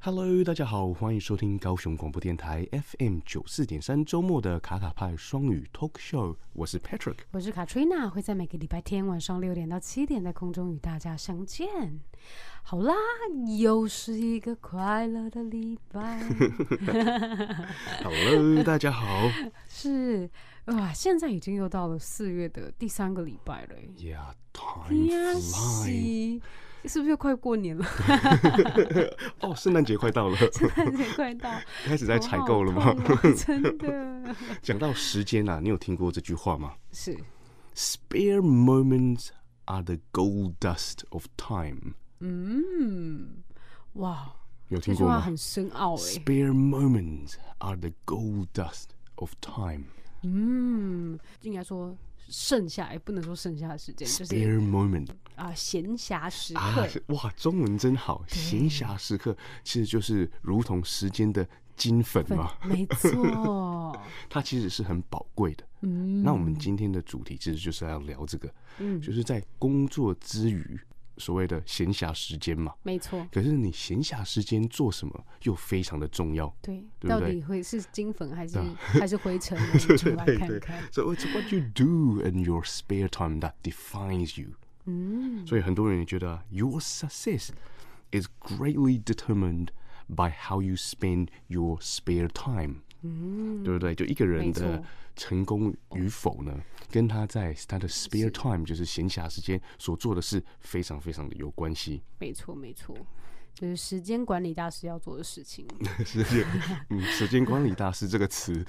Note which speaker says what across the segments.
Speaker 1: Hello，大家好，欢迎收听高雄广播电台 FM 九四点三周末的卡卡派双语 Talk Show，我是 Patrick。
Speaker 2: 我是 Katrina，会在每个礼拜天晚上六点到七点在空中与大家相见。好啦，又是一个快乐的礼 拜，
Speaker 1: Hello，大家好。
Speaker 2: 是哇，现在已经又到了四月的第三个礼拜了耶。
Speaker 1: Yeah,
Speaker 2: 呀
Speaker 1: time fly。
Speaker 2: 西，是不是又快 过年了？
Speaker 1: 哦，圣诞节快 到了，
Speaker 2: 年快到，
Speaker 1: 开始
Speaker 2: 在
Speaker 1: 在采购了
Speaker 3: 哦
Speaker 1: 吗？
Speaker 2: 啊真的
Speaker 1: 讲到时间啊，你有听过这句话吗
Speaker 2: 是，
Speaker 1: ？Spare moments are the gold dust of time。
Speaker 2: 嗯，哇，
Speaker 1: 有听
Speaker 2: 这句
Speaker 1: 过
Speaker 2: 话
Speaker 1: 吗
Speaker 2: 很深奥哎。
Speaker 1: ？Spare moments are the gold dust of time。
Speaker 2: 嗯，应该说剩下，也不能说剩下的时间，就是
Speaker 1: Spare moment
Speaker 2: 啊，闲暇时
Speaker 1: 啊
Speaker 2: 刻，，
Speaker 1: 哇，中文真好。闲暇时刻其实就是如同时间的金粉嘛，
Speaker 2: 没错，
Speaker 1: 它其实是很宝贵的。
Speaker 2: 嗯，
Speaker 1: 那我们今天的主题其实就是要聊这个，就是在工作之余所谓的闲暇时间嘛。
Speaker 2: 没错，
Speaker 1: 可是你闲暇时间做什么又非常的重要。
Speaker 2: 对，
Speaker 1: 对不
Speaker 2: 到
Speaker 1: 对
Speaker 2: 底会是金粉还是
Speaker 1: 对啊
Speaker 2: 还是灰 尘？我们就来看看。
Speaker 1: So it's what you do in your spare time that defines you.
Speaker 2: 嗯，
Speaker 1: 所以很多人也觉得啊 your success is greatly determined by how you spend your spare time，、对不对？就一个人
Speaker 2: Mm. 没错
Speaker 1: 的成功与否呢，跟他在他的 spare time 就是闲暇时间所做的事非常非常的有 关系。
Speaker 2: 没错，没错，就是时间管理大师要做的事 情。
Speaker 1: 时间，嗯，时间管理大师这个词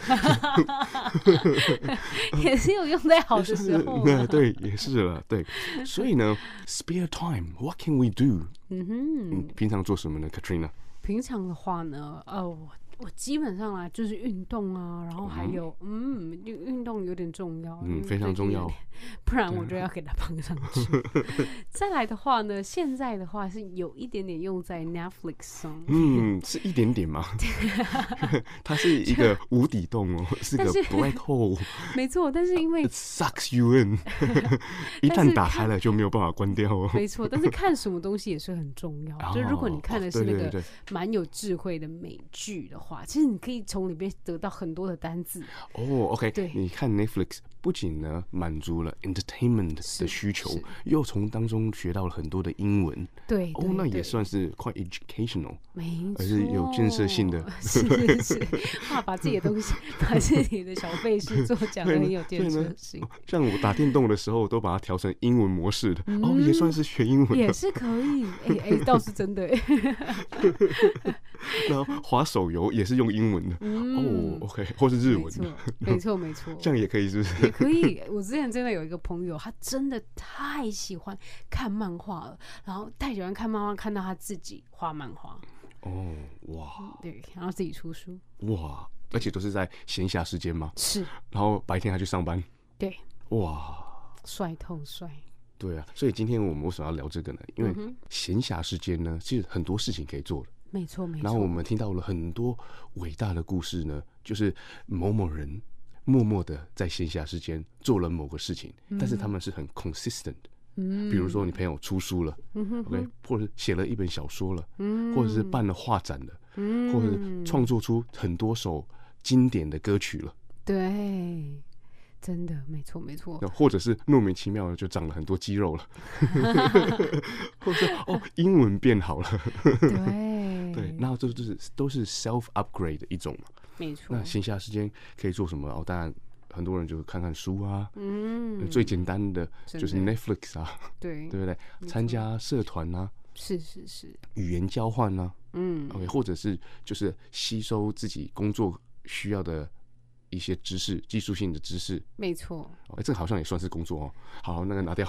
Speaker 2: 也是有用在好
Speaker 1: 也
Speaker 2: 的
Speaker 1: 是
Speaker 2: 时候
Speaker 1: 那
Speaker 2: 啊。
Speaker 1: 对，也是了， 对。所以呢，spare time，what can we do？
Speaker 2: 嗯哼，
Speaker 1: 嗯，平常做什么呢，Katrina？
Speaker 2: 平常的话呢，呃，我我基本上啊就是运动啊，然后还有嗯，运运动有点重要，
Speaker 1: 嗯
Speaker 2: 因为
Speaker 1: 非常
Speaker 2: 最近
Speaker 1: 重
Speaker 2: 有
Speaker 1: 要啊
Speaker 2: 点， 不然我就要给它放上去。 再来的话呢，现在的话是有一点点用在 Netflix 上。
Speaker 1: 嗯，是一点点吗？ 它是一个无底洞哦，是个
Speaker 2: 但是
Speaker 1: black hole，
Speaker 2: 没错，但是因为
Speaker 1: it sucks you in，一
Speaker 2: 但
Speaker 1: 旦
Speaker 2: 是
Speaker 1: 打
Speaker 2: 它
Speaker 1: 开了就没有办法关掉哦。
Speaker 2: 没错，但是看什么东西也是很重要。 就如果你看的
Speaker 1: 哦
Speaker 2: 是
Speaker 1: 对
Speaker 2: 那
Speaker 1: 对
Speaker 2: 个
Speaker 1: 对
Speaker 2: 蛮有智慧的美剧的话，其实你可以从里面得到很多的单字。
Speaker 1: 哦，OK，
Speaker 2: 对
Speaker 1: 你看 Netflix 不仅呢满足了 entertainment 的需求
Speaker 2: 是，
Speaker 1: 又从当中学到了很多的英文，
Speaker 2: 对，
Speaker 1: 哦
Speaker 2: 对，
Speaker 1: 那也
Speaker 2: 对
Speaker 1: 算是 quite educational。
Speaker 2: 没错，
Speaker 1: 而是有建设性的
Speaker 2: 是是是，哇，把自己的东西， 把自己的小费事 做讲的
Speaker 1: 对
Speaker 2: 很
Speaker 1: 呢
Speaker 2: 有建
Speaker 1: 对呢哦
Speaker 2: 设性，
Speaker 1: 像我打电动的时候，都把它调成英文模式的，哦，也算是学英
Speaker 2: 嗯
Speaker 1: 文
Speaker 2: 也
Speaker 1: 了。
Speaker 2: 是可以，哎、哎、倒是真的、
Speaker 1: 然后滑手游也是用英文的， 哦，OK，或是日
Speaker 2: 嗯没
Speaker 1: 文
Speaker 2: 错，没错，没错，
Speaker 1: 这样也可以，是不是？
Speaker 2: 也可以。我之前真的有一个朋友，他真的太喜欢看漫画了，然后太喜欢看漫画，看到他自己画漫画，
Speaker 1: 哦，哇
Speaker 2: 对，然后自己出书，
Speaker 1: 哇，而且都是在闲暇时间嘛，
Speaker 2: 是
Speaker 1: 然后白天还去上班，
Speaker 2: 对，
Speaker 1: 哇，
Speaker 2: 帅透帅，
Speaker 1: 对啊，所以今天我们为什么要聊这个呢？因
Speaker 2: 嗯
Speaker 1: 为闲暇时间呢，其实很多事情可以做的。
Speaker 2: 没错，没
Speaker 1: 然后我
Speaker 2: 错，
Speaker 1: 们听到了很多伟大的故事呢，就是某某人默默的在闲暇时间做了某个事情，但是他们是很 consistent 的。
Speaker 2: 嗯
Speaker 1: 比如说你朋友出书了、o k 或者是写了一本小说了，
Speaker 2: 嗯
Speaker 1: 或者是办了画展了，或者是创作出很多首经典的歌曲了，
Speaker 2: 哦对，真的，没错，没错，
Speaker 1: 那或者是莫名其妙的就长了很多肌肉 了，或者是哦英文变好了，
Speaker 2: 对，
Speaker 1: 对，那这就是都是 self upgrade 的一种嘛。
Speaker 2: 没错
Speaker 1: 那，闲暇时间可以做什么？哦，当然。很多人就看看书啊，
Speaker 2: 嗯，
Speaker 1: 最简单的
Speaker 2: 真
Speaker 1: 就是
Speaker 2: 的
Speaker 1: Netflix 啊，
Speaker 2: 对，
Speaker 1: 对不对？参加社团啊，
Speaker 2: 是是是，
Speaker 1: 语言交换啊，
Speaker 2: 嗯，
Speaker 1: OK，或者是就是吸收自己工作需要的一些知识，技术性的知识。
Speaker 2: 没错。
Speaker 1: 哎，这个好像也算是工作哦。好，那个 拿掉。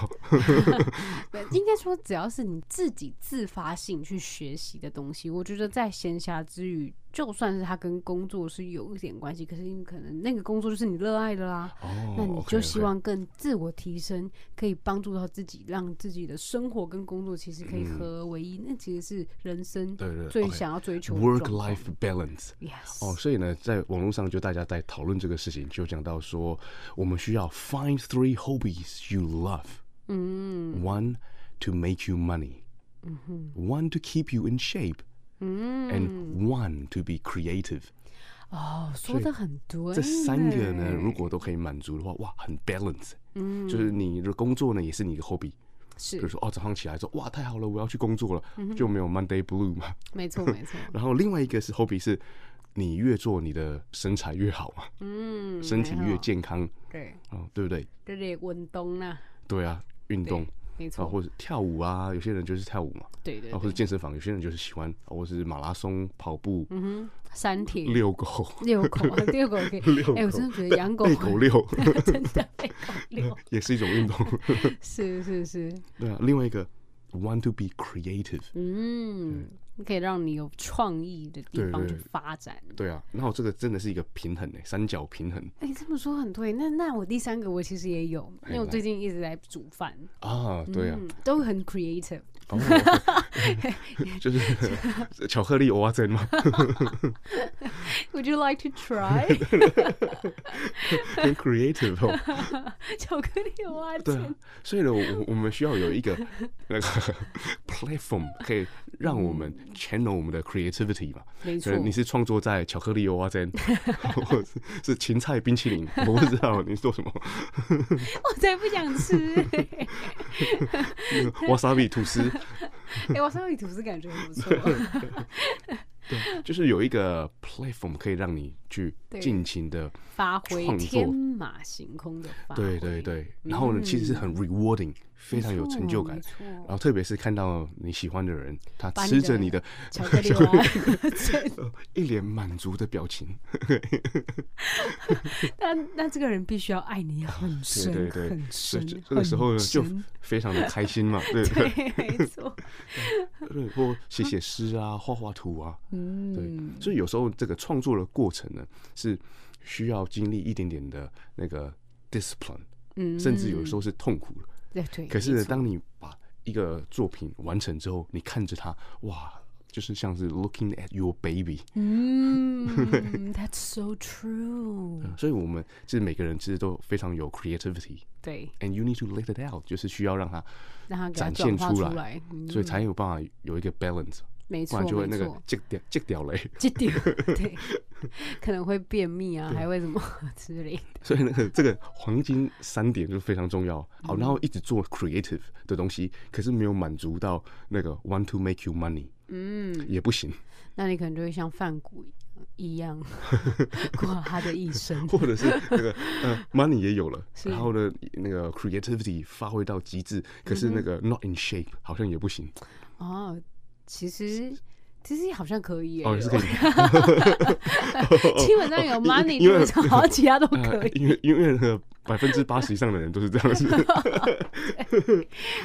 Speaker 2: 呃应该说，只要是你自己自发性去学习的东西，我觉得在闲暇之余就算是它跟工作是有一点关系，可是你可能那个工作就是你热爱的啦，
Speaker 1: 哦，
Speaker 2: 那你
Speaker 1: OK，
Speaker 2: 就
Speaker 1: OK
Speaker 2: 希望更自我提升，可以帮助到自己，让自己的生活跟工作其实可以合而为一，那其实是人生
Speaker 1: 嗯对对
Speaker 2: 最
Speaker 1: OK
Speaker 2: 想要追求的
Speaker 1: work
Speaker 2: 状况
Speaker 1: life balance。
Speaker 2: Yes，
Speaker 1: 哦，所以呢，在网络上就大家在讨论这个事情，就讲到说，我们需要 find three hobbies you love。嗯，one to make you money，嗯
Speaker 2: Mm-hmm.
Speaker 1: ，one to keep you in shape，嗯，and
Speaker 2: Mm.
Speaker 1: one to be creative。
Speaker 2: 哦，说的很对，
Speaker 1: 这三个呢，如果都可以满足的话，哇，很 balance。嗯，
Speaker 2: Mm.
Speaker 1: 就是你的工作呢，也是你的 hobby。比如
Speaker 2: 是
Speaker 1: 说，哦，早上起来说，哇，太好了，我要去工作了，
Speaker 2: Mm-hmm
Speaker 1: 就没有 Monday blue 嘛。
Speaker 2: 没 错没错，
Speaker 1: 然后另外一个是 hobby 是，你越做你的身材越好嘛，
Speaker 2: 嗯，
Speaker 1: 身体
Speaker 2: 没
Speaker 1: 越
Speaker 2: 错，
Speaker 1: 健康，
Speaker 2: 对
Speaker 1: 哦，对不对？
Speaker 2: 对对，运动啦，
Speaker 1: 对啊，运动
Speaker 2: 对，没
Speaker 1: 啊，
Speaker 2: 错，
Speaker 1: 或者跳舞啊，有些人就是跳舞嘛，
Speaker 2: 对对
Speaker 1: 啊，或者
Speaker 2: 对，
Speaker 1: 健身房，有些人就是喜欢，啊或者是马拉松、跑步、
Speaker 2: 三铁
Speaker 1: 遛狗、
Speaker 2: 遛狗， 遛狗可以
Speaker 1: 遛，
Speaker 2: 哎，我真的觉得养 狗
Speaker 1: 被狗遛，
Speaker 2: 真的被狗遛，
Speaker 1: 也是一种 运动。
Speaker 2: 是是是，
Speaker 1: 对啊，另外一个 want to be creative，
Speaker 2: 嗯，可以让你有创意的地
Speaker 1: 对
Speaker 2: 方
Speaker 1: 对
Speaker 2: 去
Speaker 1: 对
Speaker 2: 发展。
Speaker 1: 对啊，然后这个真的是一个平衡诶，三角平衡
Speaker 2: 哎、这么说很对。那那我第三个我其实也有，因为我最近一直在煮饭，
Speaker 1: 啊，哎 对啊
Speaker 2: 嗯，，都很 creative。
Speaker 1: 哦就是
Speaker 2: 啊
Speaker 1: 巧克力蚵仔 煎嘛，
Speaker 2: Would you like to try
Speaker 1: 很 creative 哦。
Speaker 2: 巧克力蛙
Speaker 1: 对
Speaker 2: 煎？
Speaker 1: 啊，所以呢，我我们需要有 一个那个 platform，可以让我们 channel 我们的 creativity 嘛。
Speaker 2: 嗯没
Speaker 1: 可
Speaker 2: 错，
Speaker 1: 能你是创作在巧克力蚵仔煎， 或者是是芹菜 冰淇淋，我不知道你做什么
Speaker 2: 我才哦不想 吃。
Speaker 1: wasabi 吐司，
Speaker 2: 哎、我稍微吐司感觉很不错。
Speaker 1: 就是有一个 platform 可以让你去
Speaker 2: 对
Speaker 1: 尽情的，
Speaker 2: 发挥
Speaker 1: 创作
Speaker 2: 天马行空的发
Speaker 1: 对
Speaker 2: 挥，嗯
Speaker 1: 对对。然后呢，其实是很 rewarding，非常有成就感呃
Speaker 2: 没。错没错
Speaker 1: 然后特别是看到你喜欢的人，他
Speaker 2: 把你
Speaker 1: 吃着
Speaker 2: 的
Speaker 1: 你的
Speaker 2: 巧克力蛙煎。
Speaker 1: 一脸满足的表情，
Speaker 2: 那那这个人必须要爱你很深
Speaker 1: 对对对，
Speaker 2: 很
Speaker 1: 所
Speaker 2: 深
Speaker 1: 以这。这个时候呢
Speaker 2: 很
Speaker 1: 就
Speaker 2: 深
Speaker 1: 非常的开心嘛，对不对？
Speaker 2: 对，没错，
Speaker 1: 对，或写写诗啊，画画图啊，嗯，对，所以有时候这个创作的过程呢，是需要经历一点点的那个 discipline，
Speaker 2: 嗯，
Speaker 1: 甚至有时候是痛苦的。
Speaker 2: 对对。
Speaker 1: 可是
Speaker 2: 没
Speaker 1: 呢，
Speaker 2: 错
Speaker 1: 当你把一个作品完成之后，你看着它，哇，就是像是 looking at your baby，
Speaker 2: 嗯，That's so true。
Speaker 1: 所以我们其实每个人其实都非常有 creativity，and
Speaker 2: 对，
Speaker 1: you need to let it out，就是需要让它
Speaker 2: 让它给它
Speaker 1: 展
Speaker 2: 转
Speaker 1: 现
Speaker 2: 化出
Speaker 1: 来，
Speaker 2: 来嗯
Speaker 1: 所以才有办法有一个 balance，
Speaker 2: 没
Speaker 1: 不
Speaker 2: 错
Speaker 1: 然就会那
Speaker 2: 没
Speaker 1: 个
Speaker 2: 错，
Speaker 1: 戒掉戒掉嘞。
Speaker 2: 这点对，可能会便秘啊，还会什么 之类的。
Speaker 1: 所以那个这个黄金三点就非常重要。好，
Speaker 2: 嗯
Speaker 1: 然后一直做 creative 的东西，可是没有满足到那个 want to make you money，嗯，也不行。
Speaker 2: 那你可能就会像范谷一 样过好他的一生。
Speaker 1: 或者是那个呃 money 也有了，
Speaker 2: 是
Speaker 1: 然后呢那个 creativity 发挥到极致，可是
Speaker 2: 嗯
Speaker 1: 那个 not in shape 好像也不行。
Speaker 2: 哦，其实其实好像可以耶
Speaker 1: 哦，也是可以。
Speaker 2: 基本上有 money
Speaker 1: 因为
Speaker 2: 基本上好像其他都可
Speaker 1: 呃
Speaker 2: 以，
Speaker 1: 因为因为那个百分之八十以上的人都是这样子。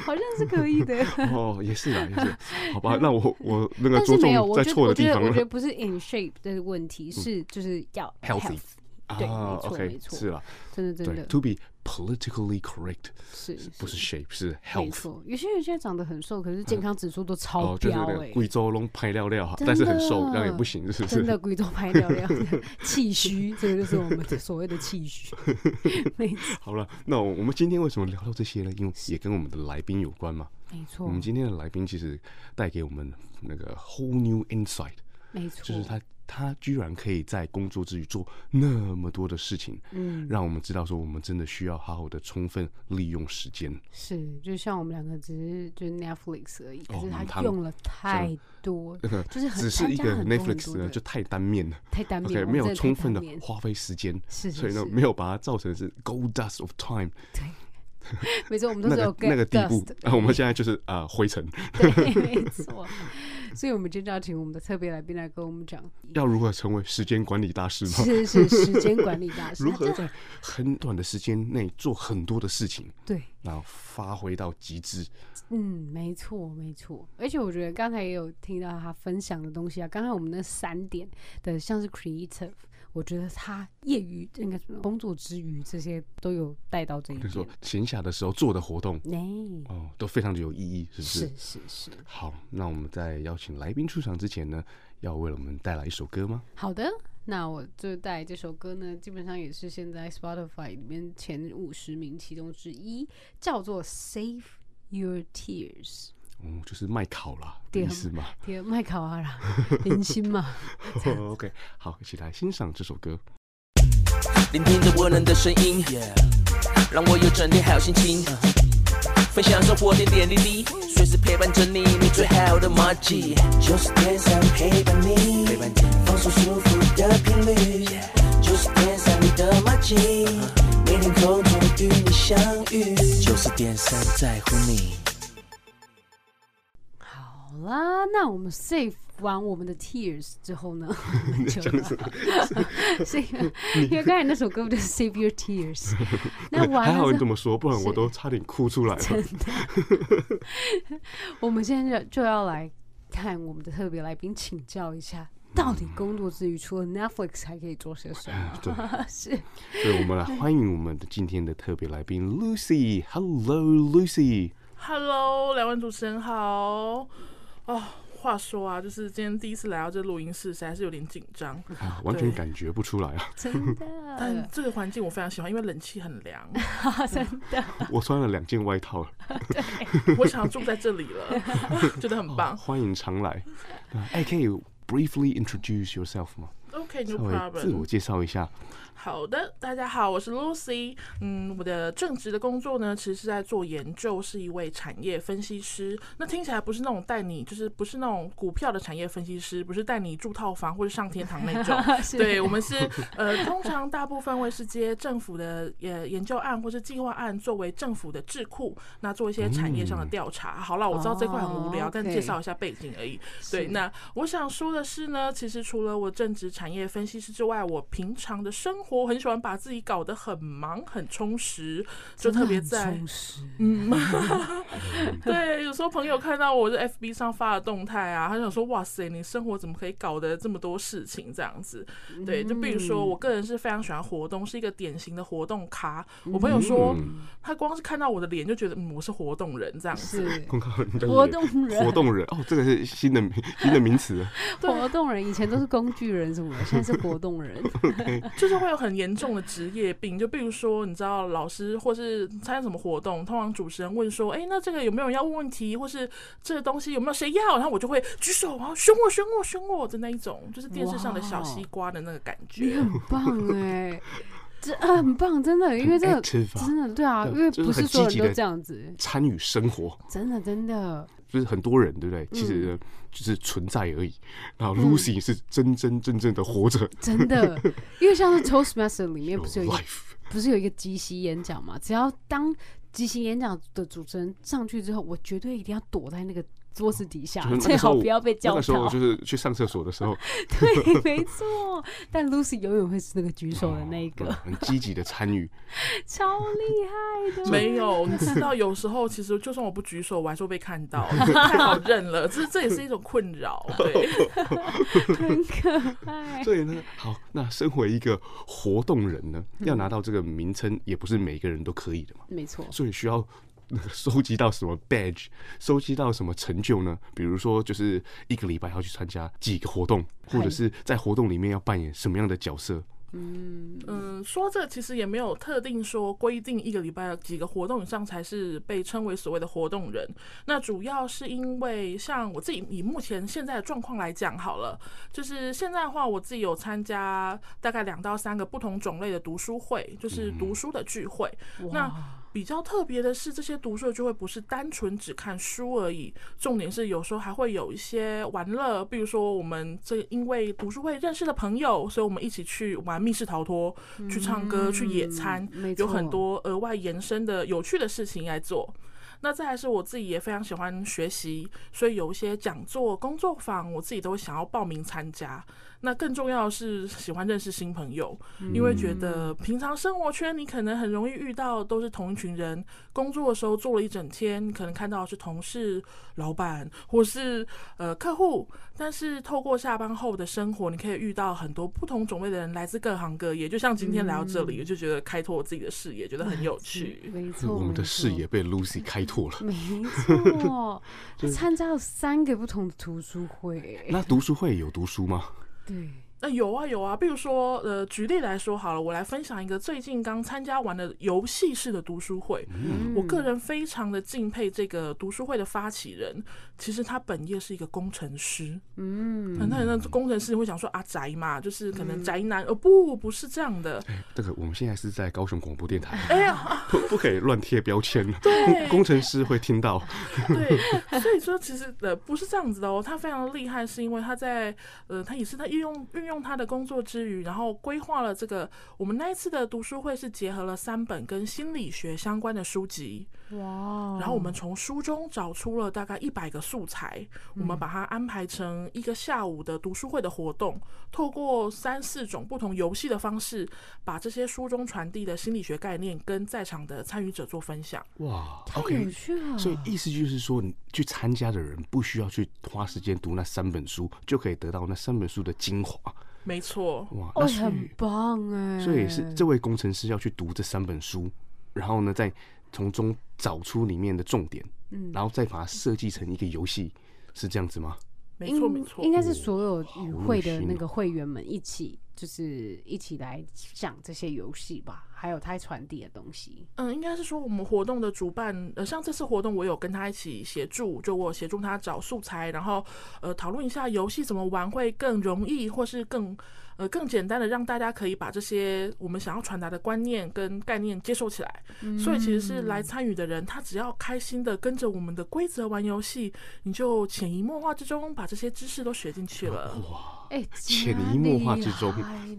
Speaker 2: 好像是可以的。
Speaker 1: 哦，也是啊，也是。好吧，那我我 那个
Speaker 2: 但
Speaker 1: 着
Speaker 2: 是没有，
Speaker 1: 重
Speaker 2: 我
Speaker 1: 在
Speaker 2: 觉得
Speaker 1: 错
Speaker 2: 我
Speaker 1: 的
Speaker 2: 觉
Speaker 1: 地
Speaker 2: 得
Speaker 1: 方
Speaker 2: 我觉得
Speaker 1: 了。嗯
Speaker 2: 不是 in shape 的问题，是就是要
Speaker 1: Healthy
Speaker 2: health
Speaker 1: 啊
Speaker 2: 对没错没
Speaker 1: ，OK，
Speaker 2: 错
Speaker 1: 是啦，
Speaker 2: 真的真
Speaker 1: 对
Speaker 2: 的
Speaker 1: ，to be politically correct
Speaker 2: 是
Speaker 1: 不是 shape 是
Speaker 2: 没
Speaker 1: health。嗯
Speaker 2: 错，有些人现在长得很瘦，可是健康指数都超
Speaker 1: 哦，就是
Speaker 2: 标
Speaker 1: 那个
Speaker 2: 哎、
Speaker 1: 贵州龙拍料料哈，
Speaker 2: 真
Speaker 1: 但是很瘦
Speaker 2: 的，
Speaker 1: 那也不行，是不
Speaker 2: 真的
Speaker 1: 是？
Speaker 2: 贵州拍掉了 气虚，这个就是我们所谓的气 虚。没错，
Speaker 1: 好了，那我们今天为什么聊到这些呢？因为也跟我们的来宾有关嘛。
Speaker 2: 没
Speaker 1: 我
Speaker 2: 错
Speaker 1: 们，今天的来宾其实带给我们那个 whole new insight，
Speaker 2: 没
Speaker 1: 就
Speaker 2: 错，
Speaker 1: 是他他居然可以在工作之余做那么多的事情，嗯，让我们知道说我们真的需要好好的充分利用时间。
Speaker 2: 是就像我们两个只是就是 Netflix 而已，可
Speaker 1: 哦
Speaker 2: 是
Speaker 1: 嗯
Speaker 2: 他
Speaker 1: 他
Speaker 2: 用了太多， 就是很
Speaker 1: 只是一
Speaker 2: 参加
Speaker 1: 个
Speaker 2: 很多很
Speaker 1: Netflix
Speaker 2: 多
Speaker 1: 呢，
Speaker 2: 的
Speaker 1: 就太单面了。
Speaker 2: 太单面
Speaker 1: OK，
Speaker 2: 了，
Speaker 1: 没
Speaker 2: 我
Speaker 1: 有
Speaker 2: 们真太
Speaker 1: 充分
Speaker 2: 单
Speaker 1: 的
Speaker 2: 面
Speaker 1: 花费时间，
Speaker 2: 是是
Speaker 1: 所以呢，
Speaker 2: 是
Speaker 1: 没有把它造成是 gold dust of time
Speaker 2: 没错，我们都
Speaker 1: 那
Speaker 2: 是有
Speaker 1: 个
Speaker 2: get
Speaker 1: 那个地步
Speaker 2: dust。
Speaker 1: 呃啊，我们现在就是啊灰尘。
Speaker 2: 对，没错。所以我们今天要请我们的特别来宾来跟我们讲，
Speaker 1: 要如何成为时间管理大师吗？
Speaker 2: 是是时间管理大师，
Speaker 1: 如何
Speaker 2: 那这
Speaker 1: 在很短的时间内做很多的事情，
Speaker 2: 对，
Speaker 1: 然后发挥到极致？
Speaker 2: 嗯，没错，没错。而且我觉得刚才也有听到他分享的东西啊，刚才我们那三点的，像是 creative，我觉得他业余那个什么工作之余，这些都有带到这一
Speaker 1: 就是说
Speaker 2: 点。
Speaker 1: 闲暇的时候做的活动，
Speaker 2: 哎、
Speaker 1: 哦，都非常的有意义，是不是？
Speaker 2: 是是是，
Speaker 1: 好，那我们在邀请来宾出场之前呢，要为我们带来一首歌吗？
Speaker 2: 好的。那我就带来这首歌呢，基本上也是现在 Spotify 里面前五十名其中之一，叫做《Save Your Tears》。
Speaker 1: 嗯，就是麦考啦的
Speaker 2: 对
Speaker 1: 意
Speaker 2: 啊
Speaker 1: 思 嘛。
Speaker 2: 天，麦考阿拉，林心嘛。
Speaker 1: 哦 OK，好，一起来欣赏这首歌。
Speaker 4: 聆听着温暖的声音，让我有整天好心情。分享生活点点滴滴，随时陪伴着你，你最好的马吉。
Speaker 5: 就是天上陪伴你，
Speaker 4: 陪伴你
Speaker 5: 放松舒服的频率，就是天上你的马迹，每天空中与你相遇，
Speaker 4: 就是点三在乎你。
Speaker 2: 好啦，那我们 save 完我们的 tears 之后 呢，我们就 所以因为刚才那首歌就是 save your tears，那完
Speaker 1: 还好
Speaker 2: 了
Speaker 1: 你
Speaker 2: 之
Speaker 1: 这
Speaker 2: 后，
Speaker 1: 么说，不然我
Speaker 2: 是
Speaker 1: 都差点哭出来了。
Speaker 2: 我们现在就就要来看我们的特别来宾请教一下，到底工作之余除了 Netflix 还可以做些什么？
Speaker 1: 哎对，
Speaker 2: 是
Speaker 1: 所以我们来欢迎我们的今天的特别来宾 Lucy。Hello，Lucy。
Speaker 6: Hello，两位主持人好。哦，话说啊，就是今天第一次来到这录音室，实在是有点紧张。
Speaker 1: 啊完全
Speaker 6: 对
Speaker 1: 感觉不出来啊！
Speaker 2: 真
Speaker 6: 但
Speaker 2: 的，
Speaker 6: 这个环境我非常喜欢，因为冷气很凉，
Speaker 2: 真的，。
Speaker 1: 我穿了两件外套了，
Speaker 6: 我想要住在这里了， 觉得很棒。
Speaker 1: 哦欢迎常来。 啊哎，可以 briefly introduce yourself 吗？
Speaker 6: OK，no、
Speaker 1: 稍微自
Speaker 6: problem
Speaker 1: 我。介绍一下。
Speaker 6: 好的，大家好，我是 Lucy。嗯，我的正职的工作呢，其实是在做研究，是一位产业分析师。那听起来不是那种带你，就是不是那种股票的产业分析师，不是带你住套房或者上天堂那种
Speaker 2: 是
Speaker 6: 对，我们是呃，通常大部分会是接政府的呃研究案或是计划案作为政府的智库，那做一些产业上的调查。好了，我知道这块很无
Speaker 2: 嗯
Speaker 6: 聊，
Speaker 2: 哦
Speaker 6: 但
Speaker 2: OK
Speaker 6: 介绍一下背景而已。对，那我想说的是呢，其实除了我正职产业分析师之外，我平常的生活很喜欢把自己搞得很忙很充实，就特别
Speaker 2: 真的很
Speaker 6: 在
Speaker 2: 充实，
Speaker 6: 嗯，对，有时候朋友看到我在 FB 上发的动态啊，他想说哇塞，你生活怎么可以搞得这么多事情这样子？对，就比如
Speaker 2: 嗯
Speaker 6: 说我个人是非常喜欢活动，是一个典型的活动咖。我朋友说
Speaker 1: 嗯
Speaker 6: 他光是看到我的脸就觉得嗯我是活动人这样子。
Speaker 2: 是
Speaker 1: 刚刚你的
Speaker 2: 活
Speaker 1: 脸
Speaker 2: 动人
Speaker 1: 活动人哦，这个是新的名新的名词了。
Speaker 2: 活动人，以前都是工具人什么的，现在是活动人，
Speaker 6: 就是会有很严重的职业病，就比如说，你知道老师或是参加什么活动，通常主持人问说，哎、那这个有没有人要问问题，或是这个东西有没有谁要，然后我就会举手，然后选我，选我，选我的那一种，就是电视上的小西瓜的那个感
Speaker 2: 你
Speaker 6: 觉。
Speaker 2: 很棒哎、这啊很棒，真的， 因为这个
Speaker 1: active 啊
Speaker 2: 真的对啊，
Speaker 1: 对
Speaker 2: 因为
Speaker 1: 就是
Speaker 2: 不是
Speaker 1: 很
Speaker 2: 所有
Speaker 1: 积
Speaker 2: 人都
Speaker 1: 极地
Speaker 2: 这样子，
Speaker 1: 参与生活，
Speaker 2: 真的真的
Speaker 1: 就是很多人对
Speaker 2: 嗯
Speaker 1: 不对？其实呢就是存在而已。然后 Lucy 是真真正正的活着
Speaker 2: 真的， 因为像是 Toastmaster 里 面
Speaker 1: 有
Speaker 2: 不是有一个
Speaker 1: ，life
Speaker 2: 不是有一个即席演讲嘛？只要当即席演讲的主持人上去之后，我绝对一定要躲在那个桌子底下
Speaker 1: 就
Speaker 2: 啊
Speaker 1: 是那，个
Speaker 2: 最
Speaker 1: 时候
Speaker 2: 好不要被
Speaker 1: 那
Speaker 2: 叫
Speaker 1: 个时候
Speaker 2: 到
Speaker 1: 我。就是去上厕所的时候，
Speaker 2: 对， 没错。但 Lucy 永远会是那个举手的那一
Speaker 1: 嗯
Speaker 2: 个，
Speaker 1: 很积极的参与。
Speaker 2: 超厉害的。
Speaker 6: 没有，你知道，有时候其实就算我不举手，我还是会被看 到，就是太好认了。这这也是一种困扰，啊对。
Speaker 1: 所以呢，好，那身为一个活动人呢，要拿到这个名称，也不是每个人都可以的嘛，
Speaker 2: 没错，
Speaker 1: 所以需要。那个收集到什么 badge，收集到什么成就呢？比如说，就是一个礼拜要去参加几个活动，或者是在活动里面要扮演什么样的角色？
Speaker 6: 嗯，说这其实也没有特定说规定一个礼拜几个活动以上才是被称为所谓的活动人。那主要是因为像我自己以目前现在的状况来讲好了，就是现在的话，我自己有参加大概两到三个不同种类的读书会，就是读书的聚会。那比较特别的是，这些读书的聚会不是单纯只看书而已，重点是有时候还会有一些玩乐，比如说我们这因为读书会认识的朋友，所以我们一起去玩密室逃脱、去唱歌、去野餐
Speaker 2: 嗯没，
Speaker 6: 有
Speaker 2: 错
Speaker 6: 很多额外延伸的有趣的事情来做。那再来是我自己也非常喜欢学习，所以有一些讲座、工作坊，我自己都会想要报名参加。那更重要的是喜欢认识新朋友，因为觉得平常生活圈你可能很容易遇到都是同一群人，工作的时候做了一整天，你可能看到的是同事、老板或是呃客户，但是透过下班后的生活，你可以遇到很多不同种类的人，来自各行各业。就像今天来到这里，我就觉得开拓我自己的视野，觉得很有趣。
Speaker 2: 没错，
Speaker 1: 我们的
Speaker 2: 没
Speaker 1: 视
Speaker 2: 错
Speaker 1: 野被 Lucy 开 拓了。
Speaker 2: 没 错，他参加了三个不同的读书会。
Speaker 1: 那读书会有读书吗？
Speaker 2: 对，
Speaker 6: 那、有啊有啊，比如说呃，举例来说好了，我来分享一个最近刚参加完的游戏式的读书会。我个人非常的敬佩这个读书会的发起人，其实他本业是一个工程师。
Speaker 2: 嗯，
Speaker 6: 很多人那工程师会想说啊宅嘛，就是可能宅男，呃不不是这样的，
Speaker 1: 这个我们现在是在高雄广播电台，
Speaker 6: 哎呀，
Speaker 1: 不不可以乱贴标签，
Speaker 6: 对
Speaker 1: 工工程师会听到。
Speaker 6: 对，所以说其实呃不是这样子的哦，他非常厉害，是因为他在呃他也是在运用运用他的工作之余，然后规划了这个我们那一次的读书会是结合了三本跟心理学相关的书籍，
Speaker 2: 哇，
Speaker 6: 然后我们从书中找出了大概一百个素材，我们把它安排成一个下午的读书会的活动，透过三四种不同游戏的方式，把这些书中传递的心理学概念跟在场的参与者做分享。
Speaker 1: 哇
Speaker 2: 太有
Speaker 1: ，OK，
Speaker 2: 趣了，
Speaker 1: 所以意思就是说，你去参加的人不需要去花时间读那三本书，就可以得到那三本书的精华。
Speaker 6: 没错，
Speaker 1: 哇，
Speaker 2: 哦
Speaker 1: 那所
Speaker 2: 很
Speaker 1: 以
Speaker 2: 棒哎，
Speaker 1: 所以是这位工程师要去读这三本书，然后呢，再从中找出里面的重点，嗯，然后再把它设计成一个游戏，是这样子吗？
Speaker 6: 没错，没
Speaker 2: 应
Speaker 6: 错
Speaker 2: 应。该是所有与会的
Speaker 1: 心
Speaker 2: 那
Speaker 1: 哦
Speaker 2: 个会员们一起，就是一起来讲这些游戏吧，还有它传递的东西。
Speaker 6: 嗯，应该是说我们活动的主办，呃，像这次活动我有跟他一起协助，就我协助他找素材，然后呃讨论一下游戏怎么玩会更容易，或是更呃更简单的让大家可以把这些我们想要传达的观念跟概念接受起来。所以其实是
Speaker 2: 嗯
Speaker 6: 来参与的人，他只要开心的跟着我们的规则玩游戏，你就潜移默化之中把这些知识都学进去了。
Speaker 2: 哎，
Speaker 1: 潜移默化之中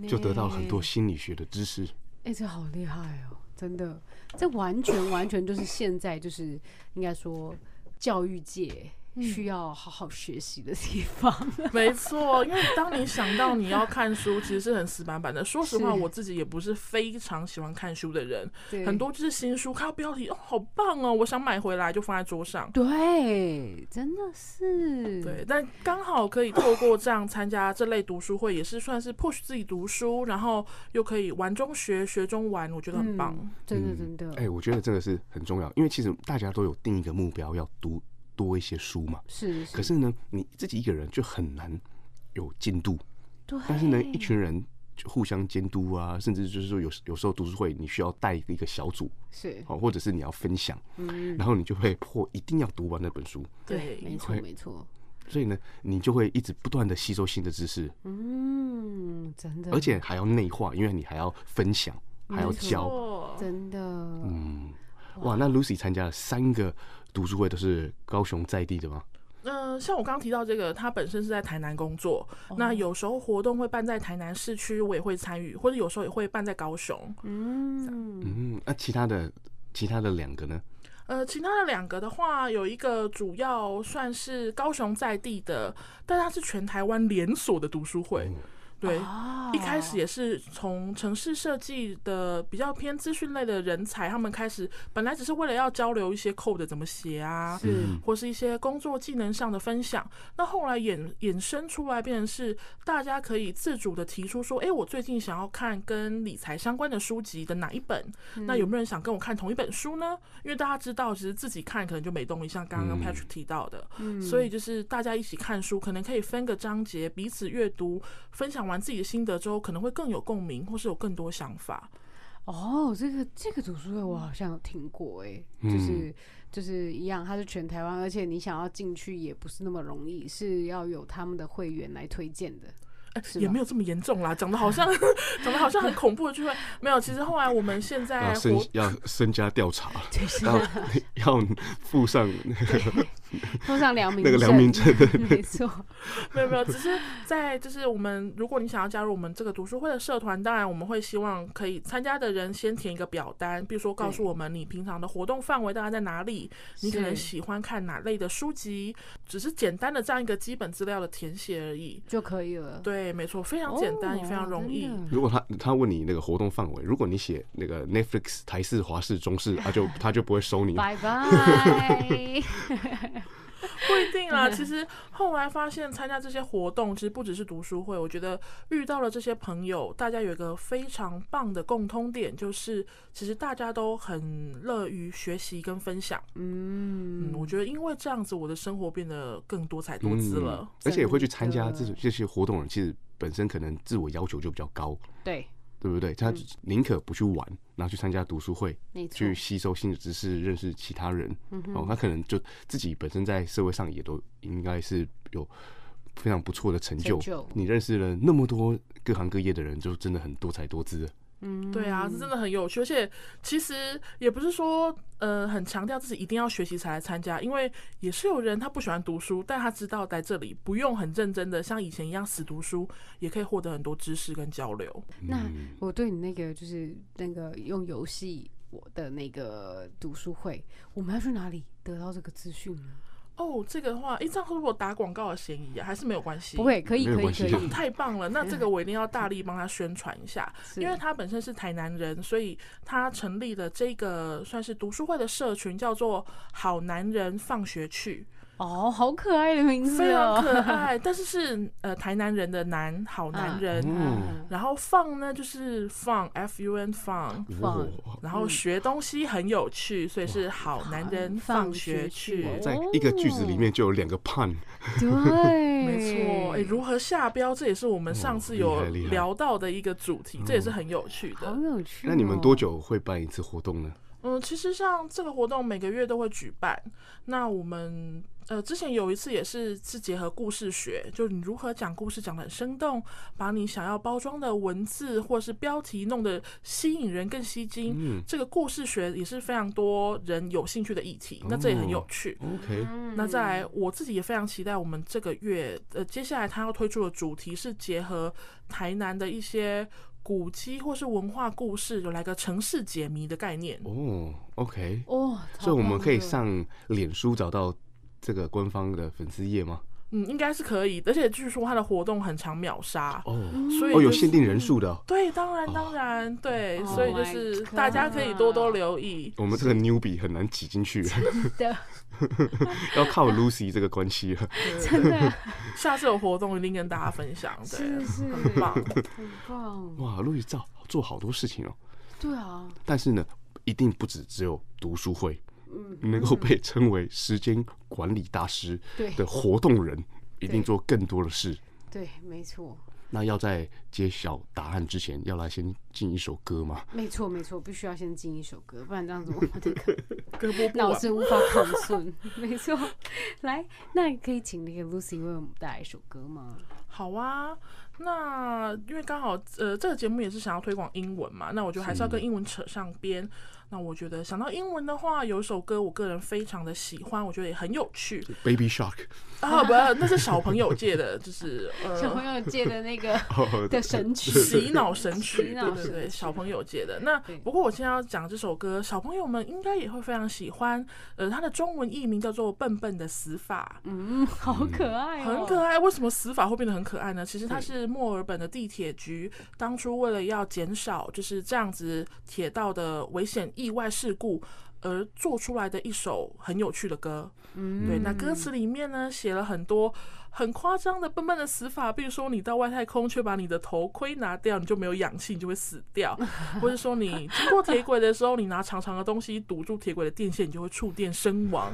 Speaker 1: 就得到了很多心理学的知识。
Speaker 2: 哎、这好厉害哦！真的，这完全完全就是现在就是应该说教育界需要好好学习的地方。
Speaker 6: 没错，因为当你想到你要看书，其实是很死板板的。说实话，
Speaker 2: 是
Speaker 6: 我自己也不是非常喜欢看书的人，
Speaker 2: 对
Speaker 6: 很多就是新书，看到标题哦，好棒哦，我想买回来就放在桌上。
Speaker 2: 对，真的是
Speaker 6: 对，但刚好可以透过这样参加这类读书会，也是算是 push 自己读书，然后又可以玩中学，学中玩，我觉得很棒。
Speaker 2: 嗯，真的真的、
Speaker 1: 哎、我觉得这个是很重要，因为其实大家都有定一个目标，要读多一些书嘛。
Speaker 2: 是
Speaker 1: 可是呢，你自己一个人就很难有进度。但是呢，一群人就互相监督啊，甚至就是说有时有时候读书会你需要带一个小组，
Speaker 2: 是，嗯
Speaker 1: 哦，或者是你要分享，然后你就会迫一定要读完那本书，
Speaker 6: 对，
Speaker 2: 没错
Speaker 1: 会
Speaker 2: 没错，
Speaker 1: 所以呢，你就会一直不断的吸收新的知识，
Speaker 2: 嗯，真的，
Speaker 1: 而且还要内化，因为你还要分享，还要教。
Speaker 6: 哦，
Speaker 2: 真的，
Speaker 1: 嗯，哇，那 Lucy 参加了三个读书会，都是高雄在地的吗？
Speaker 6: 嗯、像我刚刚提到这个，他本身是在台南工作，
Speaker 2: 哦
Speaker 6: 那有时候活动会办在台南市区，我也会参与，或者有时候也会办在高雄。
Speaker 2: 嗯，
Speaker 1: 嗯，那、其他的其他的两个呢？
Speaker 6: 呃，其他的两个的话，有一个主要算是高雄在地的，但它是全台湾连锁的读书会。
Speaker 1: 嗯
Speaker 6: 对，
Speaker 2: 哦啊
Speaker 6: 一开始也是从城市设计的比较偏资讯类的人才，他们开始本来只是为了要交流一些 code 怎么写啊，
Speaker 1: 嗯
Speaker 6: 或是一些工作技能上的分享。那后来衍衍生出来，变成是大家可以自主的提出说，诶，我最近想要看跟理财相关的书籍的哪一本？那
Speaker 2: 嗯
Speaker 6: 有没有人想跟我看同一本书呢？因为大家知道，其实自己看可能就没动力，像刚刚 Patrick 提到的，
Speaker 2: 嗯
Speaker 6: 所以就是大家一起看书，可能可以分个章节，彼此阅读，分享完自己的心得之后，可能会更有共鸣，或是有更多想法。
Speaker 2: 哦，这个这个读书会我好像有听过、欸，哎，
Speaker 1: 嗯
Speaker 2: 就是、就是一样，它是全台湾，而且你想要进去也不是那么容易，是要有他们的会员来推荐的。
Speaker 6: 哎
Speaker 2: 是
Speaker 6: 也
Speaker 2: 吧
Speaker 6: 没有这么严重啦，讲的好像 讲的好像很恐怖的聚会，没有。其实后来我们现在
Speaker 1: 要
Speaker 6: 活
Speaker 1: 身要身家调查，要要附上那个
Speaker 2: 通上良民
Speaker 1: 那个良民证对
Speaker 2: 没错，
Speaker 6: 没有没有，只是在就是我们，如果你想要加入我们这个读书会的社团，当然我们会希望可以参加的人先填一个表单，比如说告诉我们你平常的活动范围大概在哪里，你可能
Speaker 2: 是
Speaker 6: 喜欢看哪类的书籍，只是简单的这样一个基本资料的填写而已。
Speaker 2: 就可以了。哦
Speaker 6: 对，没错，非常简单，也非常容易。
Speaker 1: 如果他他问你那个活动范围，如果你写那个 Netflix 台式、华式、中式，他就他就不会收你。
Speaker 2: 拜 拜。
Speaker 6: 不一定啦。其实后来发现，参加这些活动其实不只是读书会，我觉得遇到了这些朋友，大家有一个非常棒的共通点，就是其实大家都很乐于学习跟分享。嗯，我觉得因为这样子，我的生活变得更多彩多
Speaker 1: 嗯
Speaker 6: 姿了。
Speaker 1: 而且也会去参加这种这些活动的人，其实本身可能自我要求就比较高，
Speaker 2: 对，
Speaker 1: 对不对？他宁可不去玩，然后去参加读书会，
Speaker 2: 没错嗯
Speaker 1: 去吸收新的知识，认识其他人。哦，他可能就自己本身在社会上也都应该是有非常不错的成就。嗯
Speaker 2: 成就
Speaker 1: 你认识了那么多各行各业的人，就真的很多才多姿了。
Speaker 6: 对啊，这真的很有趣，而且其实也不是说呃很强调自己一定要学习才来参加，因为也是有人他不喜欢读书，但他知道在这里不用很认真的像以前一样死读书，也可以获得很多知识跟交流。
Speaker 2: 那
Speaker 1: 嗯
Speaker 2: 我对你那个就是那个用游戏我的那个读书会，我们要去哪里得到这个资讯呢？
Speaker 6: 哦，这个的话，诶，这样会不会有打广告的嫌疑啊？还是没有关系？
Speaker 2: 不。会，可以，
Speaker 1: 没有
Speaker 2: 可以，
Speaker 1: 关系
Speaker 2: 可 以。
Speaker 6: 太棒了！那这个我一定要大力帮他宣传一下，
Speaker 2: 是
Speaker 6: 因为他本身是台南人，所以他成立的这个算是读书会的社群，叫做“好男人放学去”。
Speaker 2: 哦，好可爱的名字
Speaker 6: 非常可
Speaker 2: 哦。
Speaker 6: 爱，但是是呃台南人的男好男人，
Speaker 1: 嗯
Speaker 6: 然后放呢就是放 f u n 放，
Speaker 2: 放
Speaker 1: 哇
Speaker 6: 然后学东西很有趣，所以是好男人放学去。
Speaker 2: 放学去
Speaker 1: 在一个句子里面就有两个
Speaker 2: 哦
Speaker 1: pun，
Speaker 2: 对，
Speaker 6: 没
Speaker 2: 嗯
Speaker 6: 错，哎、如何下标，这也是我们上次有
Speaker 1: 哦厉害厉嗯害
Speaker 6: 聊到的一个主题，这也是很有趣的
Speaker 2: 好。有趣哦。
Speaker 1: 那你们多久会办一次活动呢？
Speaker 6: 嗯，其实像这个活动每个月都会举办。那我们呃之前有一次也是是结合故事学，就是你如何讲故事讲得很生动，把你想要包装的文字或是标题弄得吸引人更吸睛。
Speaker 1: 嗯
Speaker 2: 嗯
Speaker 6: 这个故事学也是非常多人有兴趣的议题，那这也
Speaker 1: 哦
Speaker 6: 很有趣。
Speaker 1: 嗯 OK，
Speaker 2: 嗯
Speaker 6: 那再来，我自己也非常期待我们这个月，呃，接下来他要推出的主题是结合台南的一些古迹或是文化故事，有来个城市解谜的概念。
Speaker 1: 哦，OK，
Speaker 2: 哦，
Speaker 1: 所以我们可以
Speaker 2: 超棒的
Speaker 1: 上脸书找到这个官方的粉丝页吗？
Speaker 6: 嗯，应该是可以，而且据说它的活动很常秒杀，
Speaker 1: 哦，
Speaker 2: 嗯
Speaker 6: 所以、
Speaker 1: 哦，
Speaker 6: 就
Speaker 1: 有
Speaker 6: 是
Speaker 1: 限定人数的哦。
Speaker 6: 对，当然当然，对
Speaker 2: Oh
Speaker 6: 所以就
Speaker 2: my
Speaker 6: 是
Speaker 2: God
Speaker 6: 大家可以多多留意。
Speaker 1: 我们这个 newbie 很难挤进去，
Speaker 2: 的，
Speaker 1: 要靠 Lucy 这个关系了。
Speaker 2: 真 的
Speaker 6: 下次有活动一定跟大家分享，对
Speaker 2: 是，是
Speaker 6: 很 棒。
Speaker 2: 很棒。
Speaker 1: 哇，Lucy 造做好多事情哦，
Speaker 2: 对啊，
Speaker 1: 但是呢，一定不止只有读书会，
Speaker 2: 嗯
Speaker 1: 能够被称为时间管理大师
Speaker 2: 对
Speaker 1: 的活动人，一定
Speaker 2: 对
Speaker 1: 做更多的事。
Speaker 2: 对，没错，
Speaker 1: 那要在揭晓答案之前，要来先进一首歌吗？
Speaker 2: 没错，没错，必须要先进一首歌，不然这样子我们这 个
Speaker 6: 歌播不
Speaker 2: 脑
Speaker 6: 完，
Speaker 2: 子无法抗 顺。没错，来，那可以请那个 Lucy 为我们带来一首歌吗？
Speaker 6: 好啊。那因为刚好呃，这个节目也是想要推广英文嘛，那我觉得还是要跟英文扯上边。那我觉得想到英文的话，有一首歌我个人非常的喜欢，我觉得也很有趣
Speaker 1: Baby Shark，
Speaker 6: 啊，不，那是小朋友界的，就是 呃，
Speaker 2: 小朋友借的那 个的神曲，
Speaker 6: 洗脑神曲，
Speaker 2: 洗
Speaker 6: 对
Speaker 2: 脑
Speaker 6: 对
Speaker 2: 神
Speaker 6: 对，
Speaker 2: 曲
Speaker 6: 小朋友界的。那
Speaker 2: 对
Speaker 6: 不过我现在要讲这首歌，小朋友们应该也会非常喜欢。呃，它的中文译名叫做《笨笨的死法》，
Speaker 2: 嗯，好可爱哦，
Speaker 6: 很可爱。为什么死法会变得很可爱呢？其实它是墨尔本的地铁局当初为了要减少就是这样子铁道的危险意外事故。而做出来的一首很有趣的歌，嗯，对，那歌词里面呢写了很多很夸张的笨笨的死法，比如说你到外太空却把你的头盔拿掉，你就没有氧气，你就会死掉；或者说你经过铁轨的时候，你拿长长的东西堵住铁轨的电线，你就会触电身亡。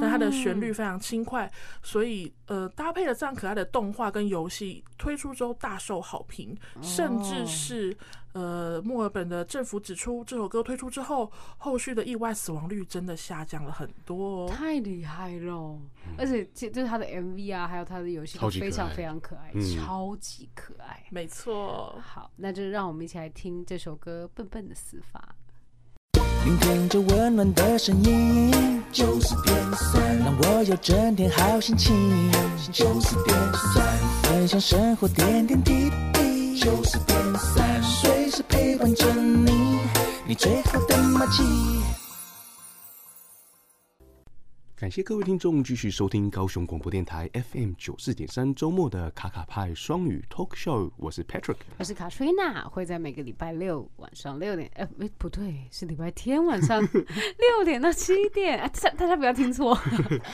Speaker 6: 那它的旋律非常轻快，所以呃，搭配了这样可爱的动画跟游戏推出之后大受好评，
Speaker 2: 哦
Speaker 6: 甚至是呃墨尔本的政府指出，这首歌推出之后，后续的意外死亡率真的下降了很多、哦。
Speaker 2: 太厉害了！而且这就是他的 MV 啊，还有他的游戏
Speaker 1: 超
Speaker 2: 都
Speaker 1: 级
Speaker 2: 非常
Speaker 1: 可爱
Speaker 2: 非常嗯可爱，
Speaker 1: 嗯
Speaker 2: 超级可爱。
Speaker 6: 没错，
Speaker 2: 好，那就让我们一起来听这首歌《笨笨的死法
Speaker 5: 聆听着温暖的声音，九十点三，让我有整天好心情。九十点三，分享生活点点滴滴。九十点三，随时陪伴着你，你最好的默契。
Speaker 1: 感谢各位听众继续收听高雄广播电台 FM 九四点三周末的卡卡派双语 Talk Show，我 是 Patrick。
Speaker 2: 我是卡崔娜，哎会在每个礼拜六晚上六点，呃，诶不对，是礼拜天晚 上六点到七点，啊，大大家不要听错，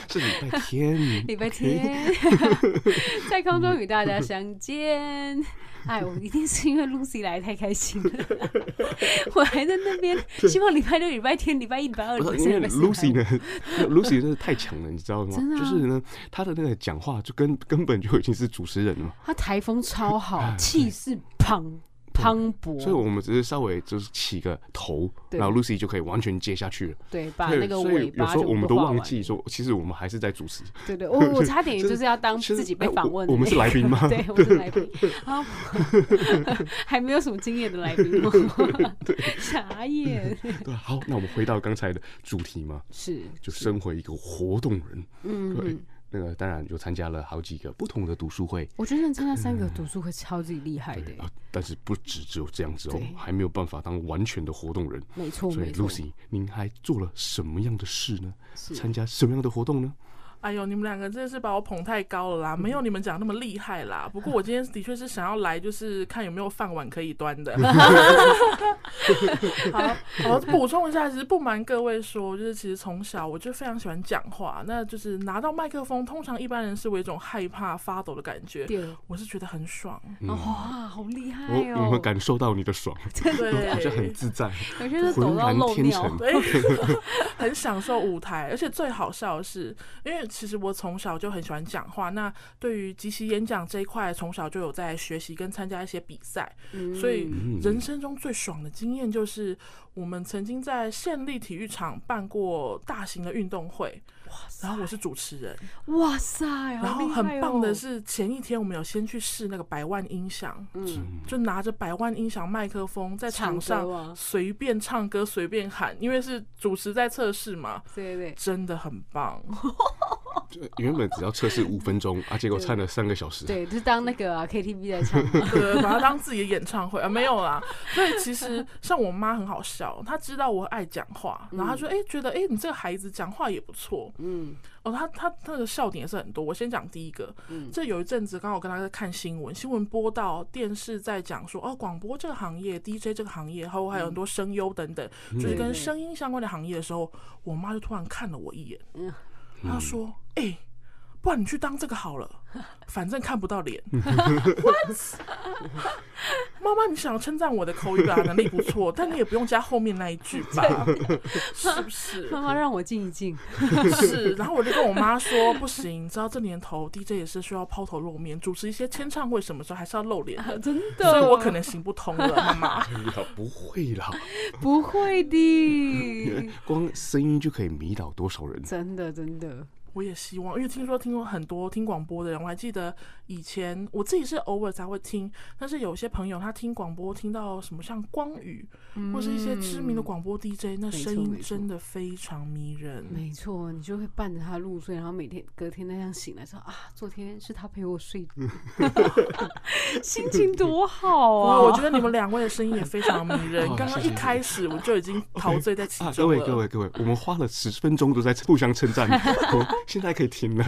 Speaker 1: 是礼 拜天，
Speaker 2: 礼拜天 在空中与大家相见。
Speaker 1: 嗯
Speaker 2: 哎，我一定是因为 Lucy 来太开心 了，我还在那边希望礼拜六、礼拜天、礼拜一、礼拜二、礼
Speaker 1: 不
Speaker 2: 拜
Speaker 1: 是
Speaker 2: 三、礼
Speaker 1: 因为
Speaker 2: 拜四
Speaker 1: Lucy 呢 ，Lucy 真的太强了，你知道吗？
Speaker 2: 真的啊
Speaker 1: 就是呢，她的那个讲话就根根本就已经是主持人了嘛，
Speaker 2: 他台风超好，气势磅磅礴，
Speaker 1: 哎所以我们只是稍微就是起个头，
Speaker 2: 啊对
Speaker 1: 然后 Lucy 就可以完全接下去了。
Speaker 2: 对，把
Speaker 1: 对
Speaker 2: 那个
Speaker 1: 所以
Speaker 2: 尾
Speaker 1: 有
Speaker 2: 巴
Speaker 1: 时候
Speaker 2: 就
Speaker 1: 我们都
Speaker 2: 画
Speaker 1: 忘
Speaker 2: 完
Speaker 1: 记说，其实我们还是在主持。
Speaker 2: 对对，我我差 点就是要当
Speaker 1: 其实
Speaker 2: 自己被
Speaker 1: 哎
Speaker 2: 访
Speaker 1: 我
Speaker 2: 问
Speaker 1: 我
Speaker 2: 的
Speaker 1: 们是
Speaker 2: 那
Speaker 1: 来
Speaker 2: 个
Speaker 1: 宾吗
Speaker 2: 对，我是来宾，啊， 还没有什么经验的来宾吗？ 傻眼，
Speaker 1: 对，好，那我们回到刚才的主题嘛，
Speaker 2: 是
Speaker 1: 就身为一个活动人，
Speaker 2: 嗯
Speaker 1: 对，那个当然就参加了好几个不同的读书会，
Speaker 2: 我觉得参加三个读书会超级厉害的欸
Speaker 1: 对，，啊但是不止只有这样子哦
Speaker 2: 对，
Speaker 1: 还没有办法当完全的活动人。
Speaker 2: 没错
Speaker 1: 所以
Speaker 2: 没错，
Speaker 1: ，Lucy，您还做了什么样的事呢？
Speaker 2: 是
Speaker 1: 参加什么样的活动呢？
Speaker 6: 哎呦，你们两个真的是把我捧太高了啦，没有你们讲那么厉害啦。不过我今天的确是想要来，就是看有没有饭碗可以端的。好，我补充一下，其实不瞒各位说，就是其实从小我就非常喜欢讲话，那就是拿到麦克风，通常一般人是有一种害怕发抖的感觉，
Speaker 2: 对，啊
Speaker 6: 我是觉得很爽。
Speaker 2: 哇，好厉害
Speaker 1: 我有
Speaker 2: 哦
Speaker 1: 没有，感受到你的爽？
Speaker 6: 对，
Speaker 1: 好像很自在，
Speaker 2: 我觉得
Speaker 1: 浑
Speaker 2: 抖到
Speaker 1: 然
Speaker 2: 漏
Speaker 1: 天
Speaker 2: 尿，
Speaker 1: 成。
Speaker 6: 对， 很享受舞台，而且最好笑的是，因为其实我从小就很喜欢讲话，那对于即席演讲这一块，从小就有在学习跟参加一些比赛，
Speaker 2: 嗯
Speaker 6: 所以
Speaker 1: 嗯
Speaker 6: 人生中最爽的经验就是，我们曾经在县立体育场办过大型的运动会，然后我是主持人，
Speaker 2: 哇塞，
Speaker 6: 然
Speaker 2: 然
Speaker 6: 后很棒
Speaker 2: 哦
Speaker 6: 的，是，前一天我们有先去试那个百万音响，嗯，就拿着百万音响麦克风在场
Speaker 2: 唱歌吗
Speaker 6: 上随便唱歌随便喊，因为是主持在测试嘛，
Speaker 2: 对对对，
Speaker 6: 真的很棒。
Speaker 1: 就原本只要测试五分钟，啊，结果唱了三个小时。
Speaker 2: 对，就是当那个啊 KTV 在唱 嘛，
Speaker 6: 对，把它当自己的演唱会啊，没有啦。所以其实像我妈很好笑，她知道我爱讲话，然后她说：“哎、觉得哎、诶你这个孩子讲话也不错。”嗯，哦，她她她那个笑点也是很多。我先讲第一个，
Speaker 2: 嗯
Speaker 6: 这有一阵子刚好跟她在看新闻，新闻播到电视在讲说，哦，广播这个行业、DJ 这个行业，还有还有很多声优等等，就是
Speaker 2: 嗯对对
Speaker 6: 跟声音相关的行业的时候，我妈就突然看了我一眼，
Speaker 2: 嗯
Speaker 6: 她说：“哎、不然你去当这个好了，反正看不到 脸。” What？妈妈，你想要称赞我的口语表达能力不错，但你也不用加后面那一句吧？是不是？
Speaker 2: 妈妈让我静一静，
Speaker 6: 是。然后我就跟我妈说，不行，你知道这年头 DJ 也是需要抛头露面，主持一些签唱会什么时候还是要露脸的，
Speaker 2: 真的，哦
Speaker 6: 所以我可能行不通了，妈妈。
Speaker 1: 哎呀，不会 啦，
Speaker 2: 不会 的。
Speaker 1: 光声音就可以迷倒多少人？
Speaker 2: 真的真的，
Speaker 6: 我也希望，因为听说听说很多听广播的人，我还记得以前我自己是偶尔才会听，但是有些朋友他听广播听到什么像光宇、或是一些知名的广播 DJ，那
Speaker 2: 错
Speaker 6: 声
Speaker 2: 没
Speaker 6: 音
Speaker 2: 错
Speaker 6: 真的非常迷人。
Speaker 2: 没错，你就会伴着他入睡，然后每天隔天那样醒来说啊，昨天是他陪我睡的， 心情多好啊！
Speaker 6: 我我觉得你们两位的声音也非常迷人
Speaker 1: 哦。
Speaker 6: 刚刚
Speaker 1: 谢
Speaker 6: 一
Speaker 1: 谢
Speaker 6: 开始我就已经陶醉在其
Speaker 1: 啊，各
Speaker 6: 中
Speaker 1: 位
Speaker 6: 了。
Speaker 1: 各位各位，我们花了十分钟都在互相 称赞，我现在可以停了。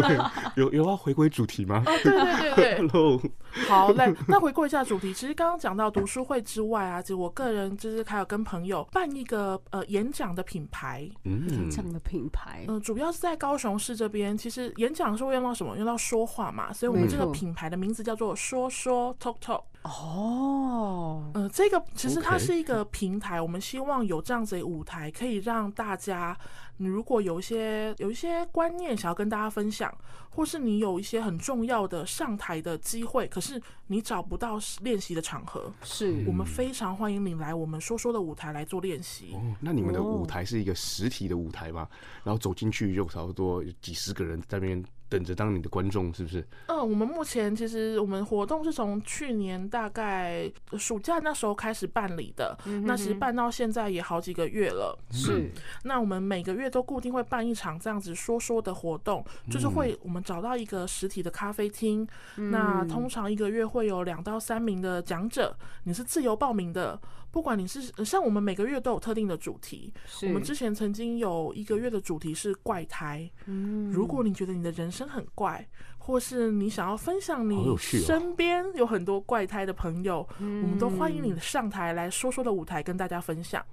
Speaker 1: 有有要回归主题吗
Speaker 6: 哦，对对对对，
Speaker 1: ？Hello，
Speaker 6: 好 嘞，那回顾一下主题，其实刚刚讲到读书会之外啊，其实我个人就是还有跟朋友办一个呃演讲的品牌，
Speaker 1: 嗯
Speaker 2: 这样的品牌，
Speaker 6: 嗯、主要是在高雄市这边。其实演讲是会用到什么？用到说话嘛，所以我们
Speaker 2: 没
Speaker 6: 这个
Speaker 2: 错
Speaker 6: 品牌的名字叫做“说说 Talk Talk”。
Speaker 2: 哦，
Speaker 6: 嗯、这个其实它
Speaker 1: OK
Speaker 6: 是一个平台，我们希望有这样子的舞台，可以让大家，你如果有一些有一些观念想要跟大家分享，或是你有一些很重要的上台的机会，可是你找不到练习的场合，
Speaker 2: 是
Speaker 6: 我们非常欢迎你来我们说说的舞台来做练习。
Speaker 1: 哦，那你们的舞台是一个实体的舞台吗？然后走进去就差不多有几十个人在那边等着当你的观众，是不是？
Speaker 6: 嗯，我们目前其实我们活动是从去年大概暑假那时候开始办理的，
Speaker 2: 嗯
Speaker 6: 那其实办到现在也好几个月了。
Speaker 2: 是
Speaker 6: 那我们每个月都固定会办一场这样子说说的活动，就是会我们找到一个实体的咖啡厅，
Speaker 2: 嗯
Speaker 6: 那通常一个月会有两到三名的讲者，你是自由报名的，不管你是像我们每个月都有特定的主题，
Speaker 2: 是，
Speaker 6: 我们之前曾经有一个月的主题是怪胎。
Speaker 2: 嗯
Speaker 6: 如
Speaker 1: 嗯
Speaker 6: 果你觉得你的人生很怪，或是你想要分享
Speaker 1: 好
Speaker 6: 你
Speaker 1: 有趣哦
Speaker 6: 身边有很多怪胎的朋友，
Speaker 2: 嗯
Speaker 6: 我们都欢迎
Speaker 1: 嗯
Speaker 6: 你上台来说说的舞台跟大家分享。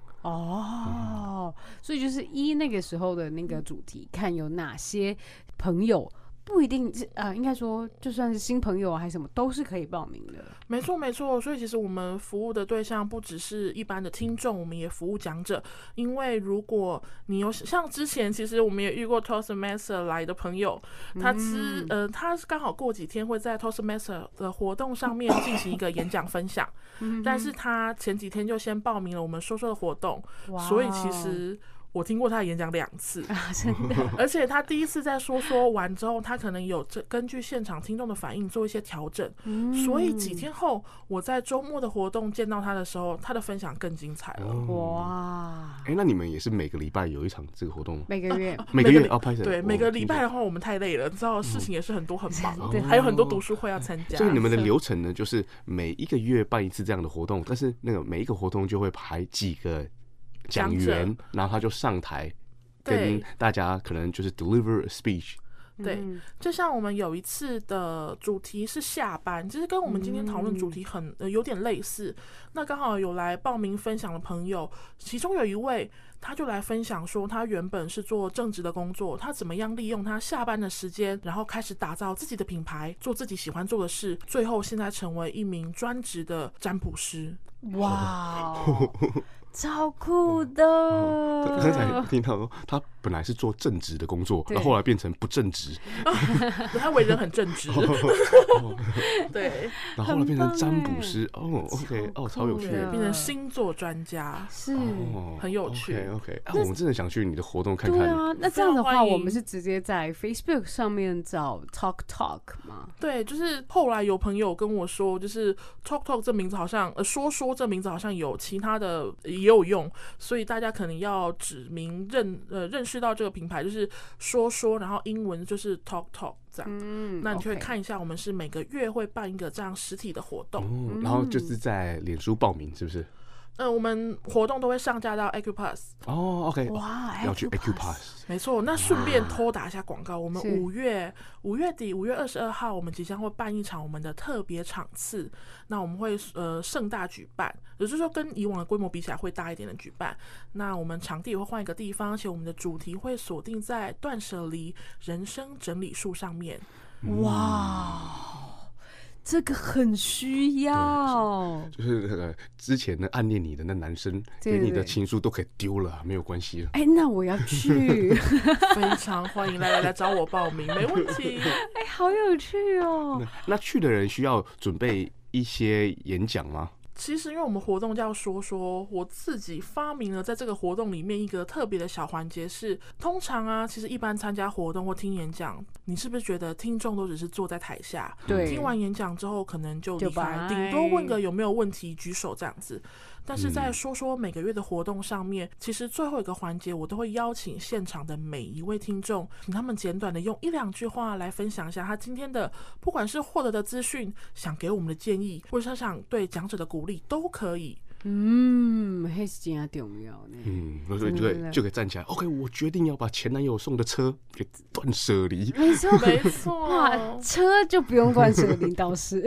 Speaker 2: 哦，所以就是依那个时候的那个主题，看有哪些朋友不一定是呃，应该说就算是新朋友啊还是什么，都是可以报名的。
Speaker 6: 没错，没错。所以其实我们服务的对象不只是一般的听众，我们也服务讲者。因为如果你有像之前，其实我们也遇过 Toastmaster 来的朋友，他之、
Speaker 1: 嗯
Speaker 6: 呃，他是刚好过几天会在 Toastmaster 的活动上面进行一个演讲分享，
Speaker 1: 嗯
Speaker 6: 但是他前几天就先报名了我们说说的活动，所以其实我听过他的演讲两次。
Speaker 2: 哦啊，真 的
Speaker 6: 而且他第一次在说说完之后，他可能有这根据现场听众的反应做一些调整，
Speaker 2: 嗯
Speaker 6: 所以几天后我在周末的活动见到他的时候，他的分享更精彩
Speaker 1: 哦
Speaker 6: 了。
Speaker 2: 哇，
Speaker 1: 哎、嗯那你们也是每个礼拜有一场这个活动吗？
Speaker 2: 每个月
Speaker 1: 每个月
Speaker 6: 礼
Speaker 1: 要拍摄，
Speaker 6: 对
Speaker 1: 哦
Speaker 6: 每个礼拜
Speaker 1: 听
Speaker 6: 的话，我们太累了，你知道事情也是很多很忙，
Speaker 2: 真的
Speaker 6: 还有很多读书会要参
Speaker 1: 起来
Speaker 6: 加
Speaker 1: 哦所以。嗯你们的流程呢，就是每一个月办一次这样的活动，但是那个每一个活动就会排几个讲
Speaker 6: 讲
Speaker 1: 员，然后他就上台跟
Speaker 6: 对
Speaker 1: 大家可能就是 deliver a speech，
Speaker 2: 네.
Speaker 6: 对，
Speaker 2: 음.
Speaker 6: 就像我们有一次的主题是下班，其实跟我们今天讨论主题很、呃、有点类似。那刚好有来报名分享的朋友，其中有一位他就来分享说，他原本是做正职的工作，他怎么样利用他下班的时间，然后开始打造自己的品牌，做自己喜欢做的事，最后现在成为一名专职的占卜师。
Speaker 2: 哇哦，超酷的！
Speaker 1: 刚才
Speaker 6: 哦
Speaker 1: 听到说他本来是做正职的工作，
Speaker 2: 对
Speaker 1: 然后后来变成不正职，
Speaker 6: 他为人很正直， 对，
Speaker 1: 然后后来变成占
Speaker 6: 欸
Speaker 1: 卜
Speaker 2: 棒
Speaker 1: 师。哦，OK，哦，超有趣
Speaker 2: 酷。的
Speaker 6: 变成星座专家。
Speaker 2: 是。
Speaker 1: 哦，
Speaker 6: 嗯很有趣
Speaker 1: OK，OK，、啊、我们真的想去你的活动看
Speaker 2: 对
Speaker 1: 看。
Speaker 2: 啊，那这样的
Speaker 6: 非
Speaker 2: 话，
Speaker 6: 常欢迎
Speaker 2: 我们是直接在 Facebook 上面找 Talk Talk 吗？
Speaker 6: 对，就是后来有朋友跟我说，就是 Talk Talk 这名字好像，呃，说说这名字好像有其他的也有用，所以大家可能要指明认呃认识到这个品牌，就是说说，然后英文就是 Talk Talk 这样。
Speaker 2: 嗯，
Speaker 6: 那你就
Speaker 2: 음，
Speaker 6: 会
Speaker 2: OK
Speaker 6: 看一下，我们是每个月会办一个这样实体的活动。
Speaker 1: 哦，然后就是在脸书报名，是不是？
Speaker 6: 嗯、我们活动都会上架到 Acupass。
Speaker 1: 哦，OK，哦
Speaker 6: 嗯
Speaker 2: 哇
Speaker 1: 要去
Speaker 2: Acupass
Speaker 1: Acupass，
Speaker 6: 没错，那顺便偷打一下广告，我们
Speaker 2: 是
Speaker 6: 五月五月底五月二十二号，我们即将会办一场我们的特别场次，那我们会呃盛大举办，也就是说跟以往的规模比起来会大一点的举办。那我们场地也会换一个地方，而且我们的主题会锁定在断舍离人生整理术上面。
Speaker 2: 这个很需要，
Speaker 1: 就是那个之前呢暗恋你的那男生
Speaker 2: 对
Speaker 1: 给你的
Speaker 2: 对
Speaker 1: 情书都给丢了，没有关系了。
Speaker 2: 哎、那我要 去，
Speaker 6: 非常欢迎来来来找我报名，没问题。
Speaker 2: 哎、好有趣哦！
Speaker 1: 那去的人需要准备一些演讲吗？
Speaker 6: 其实，因为我们活动叫说说，我自己发明了在这个活动里面一个特别的小环节是，通常啊，其实一般参加活动或听演讲，你是不是觉得听众都只是坐在台下，
Speaker 2: 对，
Speaker 6: 听完演讲之后可能就
Speaker 2: 就
Speaker 6: 离开，
Speaker 2: 拜
Speaker 6: 顶多问个有没有问题，举手这样子。但是
Speaker 2: 嗯
Speaker 6: 在说说每个月的活动上面，其实最后一个环节，我都会邀请现场的每一位听众，请他们简短的用一两句话来分享一下他今天的，不管是获得的资讯，想给我们的建议，或者是他想对讲者的鼓励，都可以。
Speaker 2: 嗯，还是真的重要呢。
Speaker 1: 嗯，对对
Speaker 2: 真的真
Speaker 1: 对，
Speaker 2: 的
Speaker 1: 就可以站起来。OK，我决定要把前男友送的车给断舍离。
Speaker 2: 没错，
Speaker 6: 没错，
Speaker 2: 哇，车就不用关车的领导 室，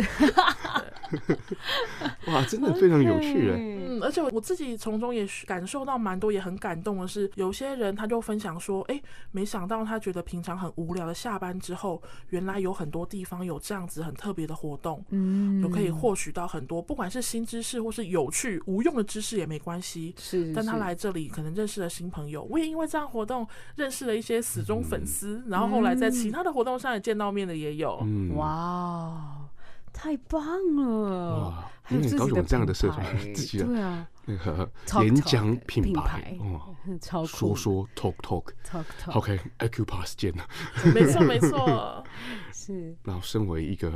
Speaker 1: 哇，真的非常有趣哎。
Speaker 6: 嗯，而且我自己从中也是感受到蛮多，也很感动的是，有些人他就分享说，哎、没想到他觉得平常很无聊的下班之后，原来有很多地方有这样子很特别的活动，嗯，有可以获取到很多，不管是新知识或是有趣无用的知识也没关系。
Speaker 2: 是，是
Speaker 6: 但他来这里可能认识了新朋友，我也因为这样活动认识了一些死
Speaker 1: 嗯
Speaker 2: 嗯
Speaker 6: 忠粉丝，然后后来在其他的活动上也见到面的也有。
Speaker 1: 嗯，
Speaker 2: 哇哦，太棒了
Speaker 1: 哇！
Speaker 2: 还有
Speaker 1: 你
Speaker 2: 自
Speaker 1: 也
Speaker 2: 己
Speaker 1: 搞懂
Speaker 2: 的
Speaker 1: 这样的
Speaker 2: 品
Speaker 1: 社团
Speaker 2: 牌
Speaker 1: 自己的
Speaker 2: 对啊
Speaker 1: 那个
Speaker 2: Talk
Speaker 1: 演
Speaker 2: Talk
Speaker 1: 讲
Speaker 2: 品
Speaker 1: 牌
Speaker 2: 牌，
Speaker 1: 哦，
Speaker 2: 超酷的
Speaker 1: 说说 talk talk。
Speaker 2: ，talk talk
Speaker 1: OK，Acupass 见了。
Speaker 6: 没错 没错，
Speaker 2: 是
Speaker 1: 然后，身为一个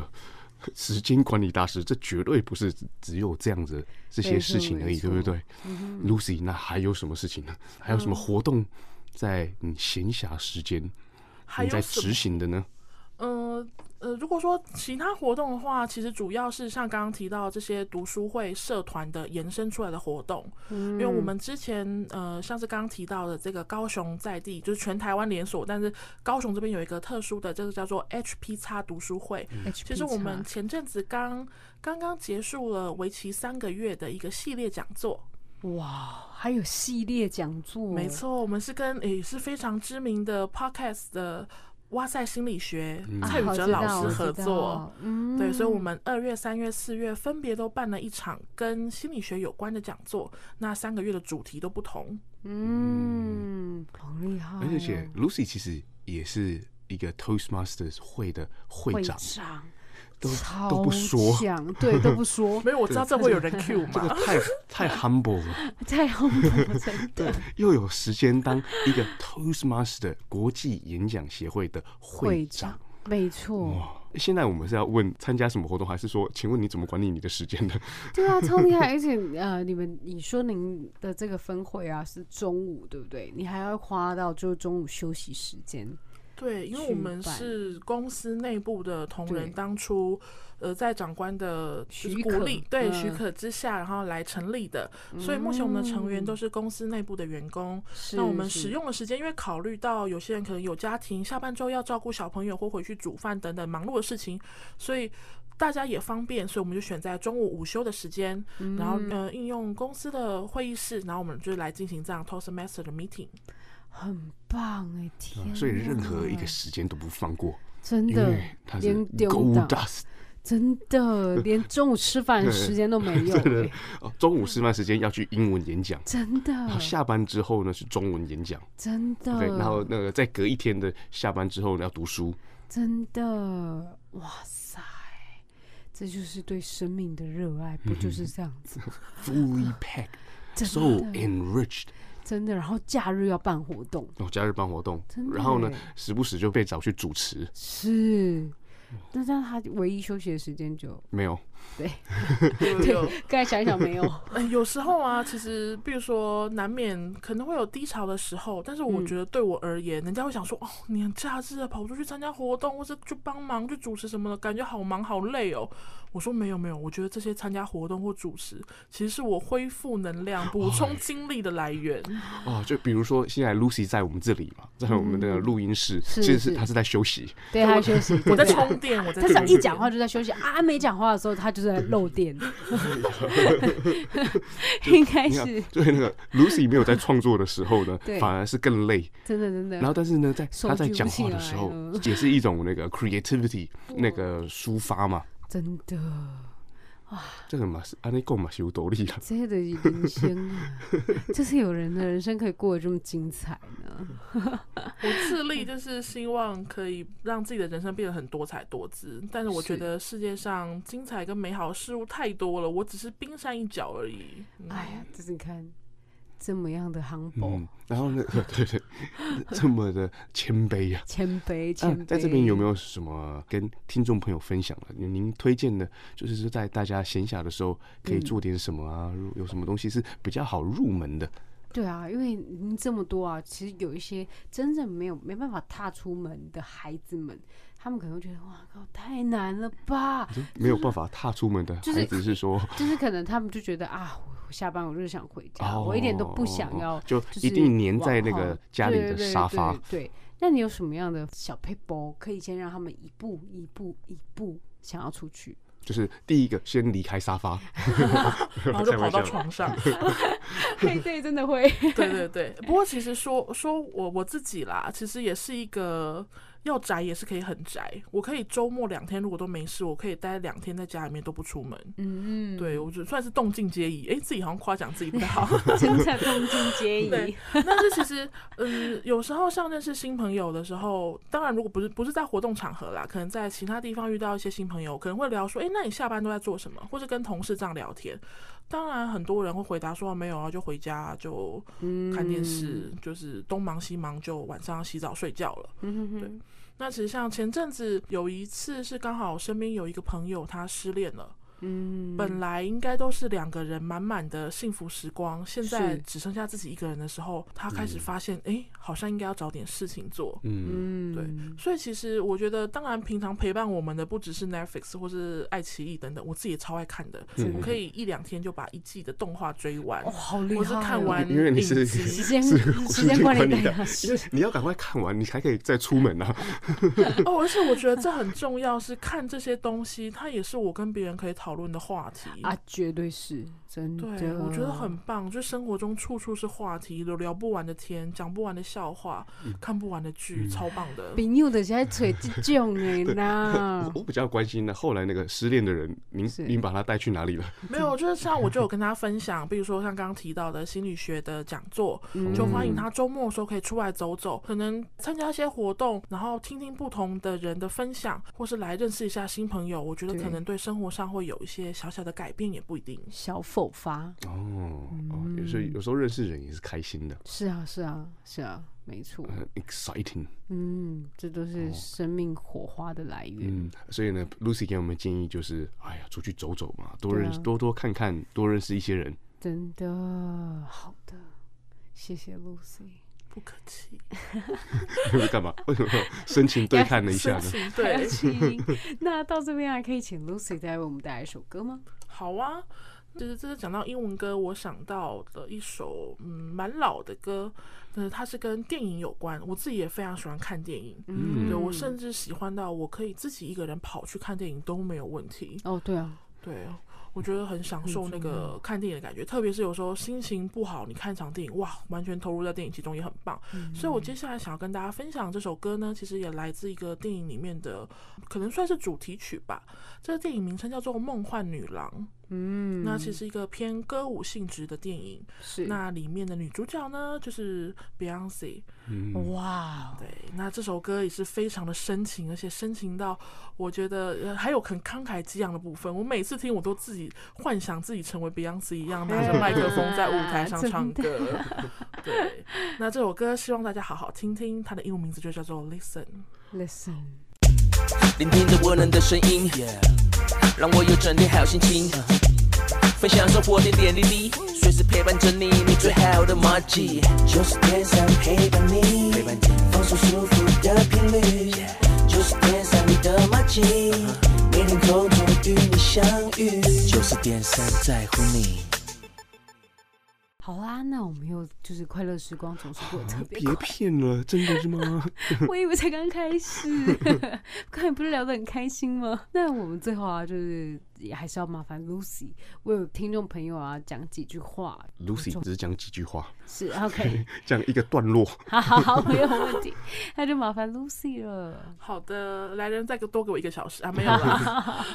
Speaker 1: 时间管理大师，这绝对不是只只有这样子这些
Speaker 2: 没
Speaker 1: 事
Speaker 2: 错
Speaker 1: 情而
Speaker 2: 没
Speaker 1: 已，对不
Speaker 2: 错
Speaker 1: 对？Lucy，那还有什么事情呢？还有什么活动在你闲暇时间
Speaker 6: 还
Speaker 1: 你在
Speaker 6: 有什
Speaker 1: 执
Speaker 6: 么？
Speaker 1: 行的呢？
Speaker 6: 呃呃，如果说其他活动的话，其实主要是像刚刚提到这些读书会社团的延伸出来的活动，因为
Speaker 2: 嗯
Speaker 6: 我们之前呃像是刚刚提到的这个高雄在地，就是全台湾连锁，但是高雄这边有一个特殊的，这个叫做 HP 叉读书会，
Speaker 2: 嗯
Speaker 6: 其哎实我们前阵子刚刚刚结束了为期三个月的一个系列讲座，
Speaker 2: 哇，还有系列讲座，
Speaker 6: 没，错，我们是跟也、是非常知名的 podcast 的哇塞心理学
Speaker 1: 嗯
Speaker 6: 蔡宇
Speaker 2: 好
Speaker 6: 哲
Speaker 2: 知
Speaker 6: 老
Speaker 2: 道
Speaker 6: 师
Speaker 2: 啊我
Speaker 6: 合
Speaker 2: 知
Speaker 6: 作
Speaker 2: 道。嗯，
Speaker 6: 对，所以，我们二月、三月、四月分别都办了一场跟心理学有关的讲座，那三个月的主题都不同。
Speaker 2: 嗯，好厉害哦，
Speaker 1: 而且 Lucy 其实也是一个 Toastmasters 会的会
Speaker 2: 会
Speaker 1: 长，
Speaker 2: 长
Speaker 1: 都
Speaker 2: 超
Speaker 1: 都不说，
Speaker 2: 强，对，都不 说，
Speaker 6: 没有，我知道这会有人 Q
Speaker 1: 这个
Speaker 6: 嘛？
Speaker 1: 太 太 humble 了。
Speaker 2: 太好了，真的，
Speaker 1: 又有时间当一个 Toastmaster 国际演讲协会的会
Speaker 2: 会
Speaker 1: 长
Speaker 2: 长。，没错，
Speaker 1: 哇！现在我们是要问参加什么活动，还是说，请问你怎么管理你的时间的？
Speaker 2: 对啊，超厉害！而且呃，你们你说您的这个分会啊是中午对不对？你还要花到就是中午休息时间，
Speaker 6: 对，因为
Speaker 2: 去
Speaker 6: 我们
Speaker 2: 办
Speaker 6: 是公司内部的同仁，
Speaker 2: 对
Speaker 6: 当初呃在长官的就是
Speaker 2: 许
Speaker 6: 鼓
Speaker 2: 可
Speaker 6: 励，对许
Speaker 2: 嗯
Speaker 6: 可之下，然后来成立的。所以目前我们的成
Speaker 2: 嗯
Speaker 6: 员都是公司内部的员工。那我们
Speaker 2: 是
Speaker 6: 使用的时间，因为考虑到有些人可能有家庭，下班之后要照顾小朋友或回去煮饭等等忙碌的事情，所以大家也方便，所以我们就选在中午午休的时间，然后
Speaker 2: 嗯
Speaker 6: 呃应用公司的会议室，然后我们就来进行这样 Toastmaster 的 meeting。
Speaker 2: 很棒哎、天哪、
Speaker 1: 啊所以任何一个时间都不放过，
Speaker 2: 真
Speaker 1: 因
Speaker 2: 的
Speaker 1: 为他是
Speaker 2: 连丢
Speaker 1: Gold Dust，
Speaker 2: 真的连中午吃饭的时间都 没有、
Speaker 1: 对
Speaker 2: 欸，
Speaker 1: 哦，中午吃饭时间要去英文演讲，
Speaker 2: 真的
Speaker 1: 然后下班之后呢是中文演讲，
Speaker 2: 真
Speaker 1: 对，然后
Speaker 2: 的
Speaker 1: 那个再隔一天的下班之后呢要读书，
Speaker 2: 真的，哇塞！这就是对生命的热爱，
Speaker 1: 嗯
Speaker 2: 不就是这样子？
Speaker 1: fully packed,
Speaker 2: 真
Speaker 1: so
Speaker 2: 的，
Speaker 1: enriched。
Speaker 2: 真的。然后假日要办活动，
Speaker 1: 哦，假日办活动
Speaker 2: 真，的欸
Speaker 1: 然后呢
Speaker 2: 耶，
Speaker 1: 时不时就被找去主持，
Speaker 2: 是，那这样他唯一休息的时间就
Speaker 1: 没有，
Speaker 6: 有
Speaker 2: 刚才想一想没有，
Speaker 6: 呃，有时候啊，其实比如说难免可能会有低潮的时候，但是我
Speaker 2: 嗯
Speaker 6: 觉得对我而言，人家会想说，哦，你很假日啊，跑出去参加活动，或是去帮忙、去主持什么的，感觉好忙好累哦。我说没有没有，我觉得这些参加活动或主持，其实是我恢复能量、补充精力的来源。
Speaker 1: 哦，就比如说现在 Lucy 在我们这里嘛，在我们的录音室，
Speaker 2: 嗯是
Speaker 1: 其实是
Speaker 2: 是
Speaker 1: 她是在休息，
Speaker 2: 对他休息，
Speaker 6: 我在
Speaker 2: 对对
Speaker 6: 充电， 我在
Speaker 2: 他只要
Speaker 6: 充
Speaker 2: 一
Speaker 6: 电
Speaker 2: 讲话就在休息啊，没讲话的时候他就在漏 电，应该
Speaker 1: 你看
Speaker 2: 哎是，
Speaker 1: 对那个 Lucy 没有在创作的时候呢
Speaker 2: 对，
Speaker 1: 反而是更累。
Speaker 2: 真的真的。
Speaker 1: 然后但是呢，在
Speaker 2: 手
Speaker 1: 她在
Speaker 2: 举不
Speaker 1: 讲话
Speaker 2: 起
Speaker 1: 的时
Speaker 2: 来
Speaker 1: 候
Speaker 2: 了， 哦
Speaker 1: 也是一种那个 creativity 那个抒发嘛，
Speaker 2: 真的，
Speaker 1: 这个嘛是安内够嘛是有斗力了。
Speaker 2: 这的人生啊，就是有人的人生可以过得这么精彩呢。
Speaker 6: 我致力就是希望可以让自己的人生变得很多彩多姿，但是我觉
Speaker 2: 是
Speaker 6: 得世界上精彩跟美好的事物太多了，我只是冰山一角而已。
Speaker 2: 哎呀，这是你看这么样的 humble，
Speaker 1: 嗯，然后呢， 对对，这么的谦卑呀、
Speaker 2: 谦卑
Speaker 1: 啊
Speaker 2: 谦卑。
Speaker 1: 在这边有没有什么跟听众朋友分享的？您您推荐的，就是说在大家闲暇的时候可以做点什么啊？如有什么东西是比较好入门的？
Speaker 2: 对啊，因为您这么多啊，其实有一些真正没有没办法踏出门的孩子们，他们可能会觉得哇靠，太难了吧？
Speaker 1: 没有办法踏出门的
Speaker 2: 就是
Speaker 1: 孩子是 说，
Speaker 2: 就是可能他们就觉得啊，我我下班我就是想回家，
Speaker 1: 哦
Speaker 2: 啊我一点都不想要，
Speaker 1: 就
Speaker 2: 就是
Speaker 1: 一定黏在那
Speaker 2: 往
Speaker 1: 个
Speaker 2: 后
Speaker 1: 家里的
Speaker 2: 对对对
Speaker 1: 沙发
Speaker 2: 对。对那你有什么样的小 p a p e 可以先让他们一步一步一步想要出 去？
Speaker 1: 就是第一个先离开沙发，
Speaker 6: 然后就
Speaker 1: 开
Speaker 6: 跑
Speaker 1: 玩笑的
Speaker 6: 到床上。
Speaker 2: 对对，真的会，
Speaker 6: 对对对，不过其实说说我我自己啦，其实也是一个要宅也是可以很宅，我可以周末两天如果都没事，我可以待两天在家里面都不出门。
Speaker 2: 嗯，
Speaker 6: 对，我觉得算是动静皆宜。哎、自己好像夸奖自己不太好。
Speaker 2: 真的动静 皆
Speaker 6: 对
Speaker 2: 宜。，
Speaker 6: 但是其实，嗯，有时候像认识新朋友的时候，当然如果不是不是在活动场合啦，可能在其他地方遇到一些新朋友，可能会聊说，哎、那你下班都在做什么？或是跟同事这样聊天。当然，很多人会回答说、啊没有啊，就回家、就看电视，就是东忙西忙，就晚上要洗澡睡觉了。对。那其实像前阵子有一次是刚好身边有一个朋友他失恋了，
Speaker 2: 嗯，
Speaker 6: 本来应该都是两个人满满的幸福时光，现在
Speaker 2: 是
Speaker 6: 只剩下自己一个人的时候，他开始发现，哎、好像应该要找点事情做。
Speaker 1: 嗯
Speaker 2: 嗯，
Speaker 6: 对，所以其实我觉得，当然平常陪伴我们的不只是 Netflix 或是爱奇艺等等，我自己也超爱看的，我可以一两天就把一季的动画追完。
Speaker 2: 嗯哦，好厉害哦！
Speaker 6: 我是看完
Speaker 1: 因为你是
Speaker 6: 影集
Speaker 2: 时间
Speaker 1: 是
Speaker 2: 时间管理
Speaker 1: 的
Speaker 2: 大
Speaker 1: 因为
Speaker 2: 师
Speaker 1: 你要赶快看完，你才可以再出门啊。
Speaker 6: 哦，而且我觉得这很重要，是看这些东西，它也是我跟别人可以讨论的话题
Speaker 2: 啊，绝对是真的。
Speaker 6: 对，我觉得很棒，就生活中处处是话题，有聊不完的天，讲不完的笑话，看不完的剧，超棒的。
Speaker 2: 朋友的在找这种 的啦
Speaker 1: 我，我比较关心的，后来那个失恋的人，您
Speaker 2: 嗯是
Speaker 1: 您把他带去哪里了？
Speaker 6: 没有，就是像我就有跟他分享，比如说像刚刚提到的心理学的讲座，
Speaker 2: 嗯
Speaker 6: 就欢迎他周末的时候可以出来走走，可能参加一些活动，然后听听不同的人的分享，或是来认识一下新朋友。我觉得可
Speaker 2: 对
Speaker 6: 能对生活上会有一些小小的改变，也不一定。
Speaker 2: 小否发。
Speaker 1: 哦
Speaker 2: 嗯
Speaker 1: 哦，所以有时候认识人也是开心的、
Speaker 2: 是啊，是啊，是啊，没错。
Speaker 1: 很 exciting。
Speaker 2: 嗯，这都
Speaker 6: 哦
Speaker 2: 是生命火花的来源。
Speaker 1: 嗯，所以呢，Lucy 给我们建议就是，哎呀，出去走走嘛，多
Speaker 2: 对
Speaker 1: 认、
Speaker 2: 啊
Speaker 1: 多多看看，多认识一些人。
Speaker 2: 真的，好的，谢谢 Lucy。
Speaker 6: 不客气，
Speaker 1: 干嘛？ 为什么深情对看了一下
Speaker 6: 深
Speaker 1: 呢？
Speaker 6: 情
Speaker 2: 还
Speaker 6: 对
Speaker 2: 有。气音。那到这边还可以请 Lucy 再为我们带来一首歌吗？
Speaker 6: 好啊，其实这是讲到英文歌，我想到的一首嗯蛮老的歌，但是它是跟电影有关。我自己也非常喜欢看电影，
Speaker 2: 嗯
Speaker 6: 对我甚至喜欢到我可以自己一个人跑去看电影都没有问题。
Speaker 2: 哦，对啊，嗯
Speaker 6: 对。我觉得很享受那个看电影的感觉，特别是有时候心情不好，你看一场电影，哇，完全投入在电影其中也很棒。
Speaker 2: 嗯
Speaker 6: 所以我接下来想要跟大家分享这首歌呢，其实也来自一个电影里面的，可能算是主题曲吧。这个电影名称叫做《梦幻女郎》。
Speaker 2: 嗯，
Speaker 6: 那其实一个偏歌舞性质的电影，
Speaker 2: 是
Speaker 6: 那里面的女主角呢就是 Beyonce，
Speaker 1: 嗯
Speaker 2: 哇，哦
Speaker 6: 对，那这首歌也是非常的深情，而且深情到我觉得、呃还有很慷慨激昂的部分。我每次听我都自己幻想自己成为 Beyonce 一样，拿着麦克风在舞 台上唱歌。对，那这首歌希望大家好好听听，它的英文名字就叫做 Listen。
Speaker 2: Listen，
Speaker 4: 聆听着温暖的声音，让我有整天好心情。分享生活点点滴滴，随时陪伴着你，你最好的马吉。
Speaker 5: 就是点三陪伴你，
Speaker 4: 陪伴你
Speaker 5: 放松舒服的频率，就是点三你的马甲，每天空中与你相遇，就是点三在乎你。
Speaker 2: 好啦，那我们又就是快乐时光总是过得
Speaker 6: 啊
Speaker 2: 特别
Speaker 1: 别
Speaker 2: 快，
Speaker 1: 骗了，真的是吗？
Speaker 2: 我以为才刚开始， 刚才不是聊得很开心吗？ 那我们最后啊，就是也还是要麻烦 Lucy 为听众朋友啊讲几句话，
Speaker 1: Lucy 只讲几句话，
Speaker 2: 是 OK，
Speaker 1: 讲一个段落。
Speaker 2: 好好好，没有问题， 那就麻烦 Lucy 了，
Speaker 6: 好的，来人再给多给我一个小时啊，没有啦。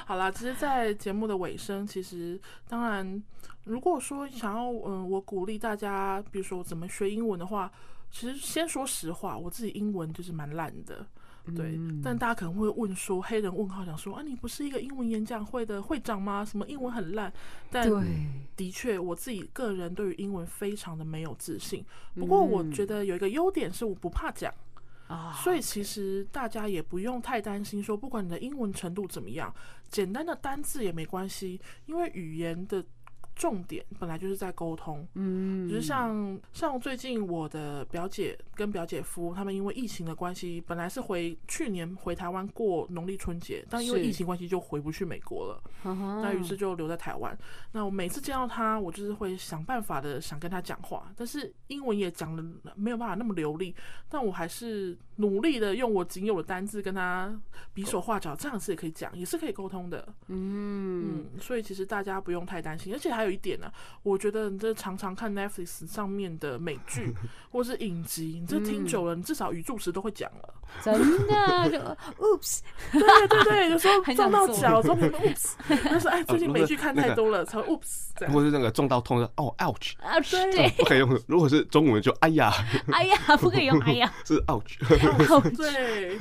Speaker 6: 好啦，其实，在节目的尾声，其实当然，如果说想要，嗯，我鼓励大家，比如说怎么学英文的话，其实先说实话，我自己英文就是蛮烂的。对，但大家可能会问说，黑人问号想说啊，你不是一个英文演讲会的会长吗？什么英文很烂？但
Speaker 2: 对。
Speaker 6: 的确，我自己个人对于英文非常的没有自信。不过我觉得有一个优点是我不怕讲。
Speaker 2: 啊
Speaker 6: 所以其实大家也不用太担心，说不管你的英文程度怎么样，简单的单字也没关系，因为语言的重点本来就是在沟通。
Speaker 2: 嗯，
Speaker 6: 只是像像最近我的表姐跟表姐夫他们因为疫情的关系，本来是回去年回台湾过农历春节，但因为
Speaker 2: 是
Speaker 6: 疫情关系就回不去美国了。
Speaker 2: 那
Speaker 6: 那于是就留在台湾。那我每次见到他，我就是会想办法的想跟他讲话，但是英文也讲的没有办法那么流利，但我还是努力的用我仅有的单字跟他比手画脚，这样子也可以讲，也是可以沟通的。
Speaker 2: 嗯，
Speaker 6: 嗯，所以其实大家不用太担心，而且还有一点呢、我觉得你这常常看
Speaker 2: 嗯
Speaker 6: Netflix 上面的美剧或是影集，你这听久了，你至少语助词都会讲了。
Speaker 2: 真的就 oops，
Speaker 6: 对对对，有时候
Speaker 2: 很想
Speaker 6: 撞到
Speaker 2: 揍
Speaker 6: 脚，撞到 oops，他说哎，最近美剧看太多了，才会 oops
Speaker 2: 呃
Speaker 6: 这样。
Speaker 1: 或是那个撞到痛的哦，ouch，
Speaker 2: 啊对，
Speaker 1: 不可以用。如果是中文就哎呀，
Speaker 2: 哎呀，不可以用哎呀，
Speaker 1: 是 ouch。
Speaker 6: 对，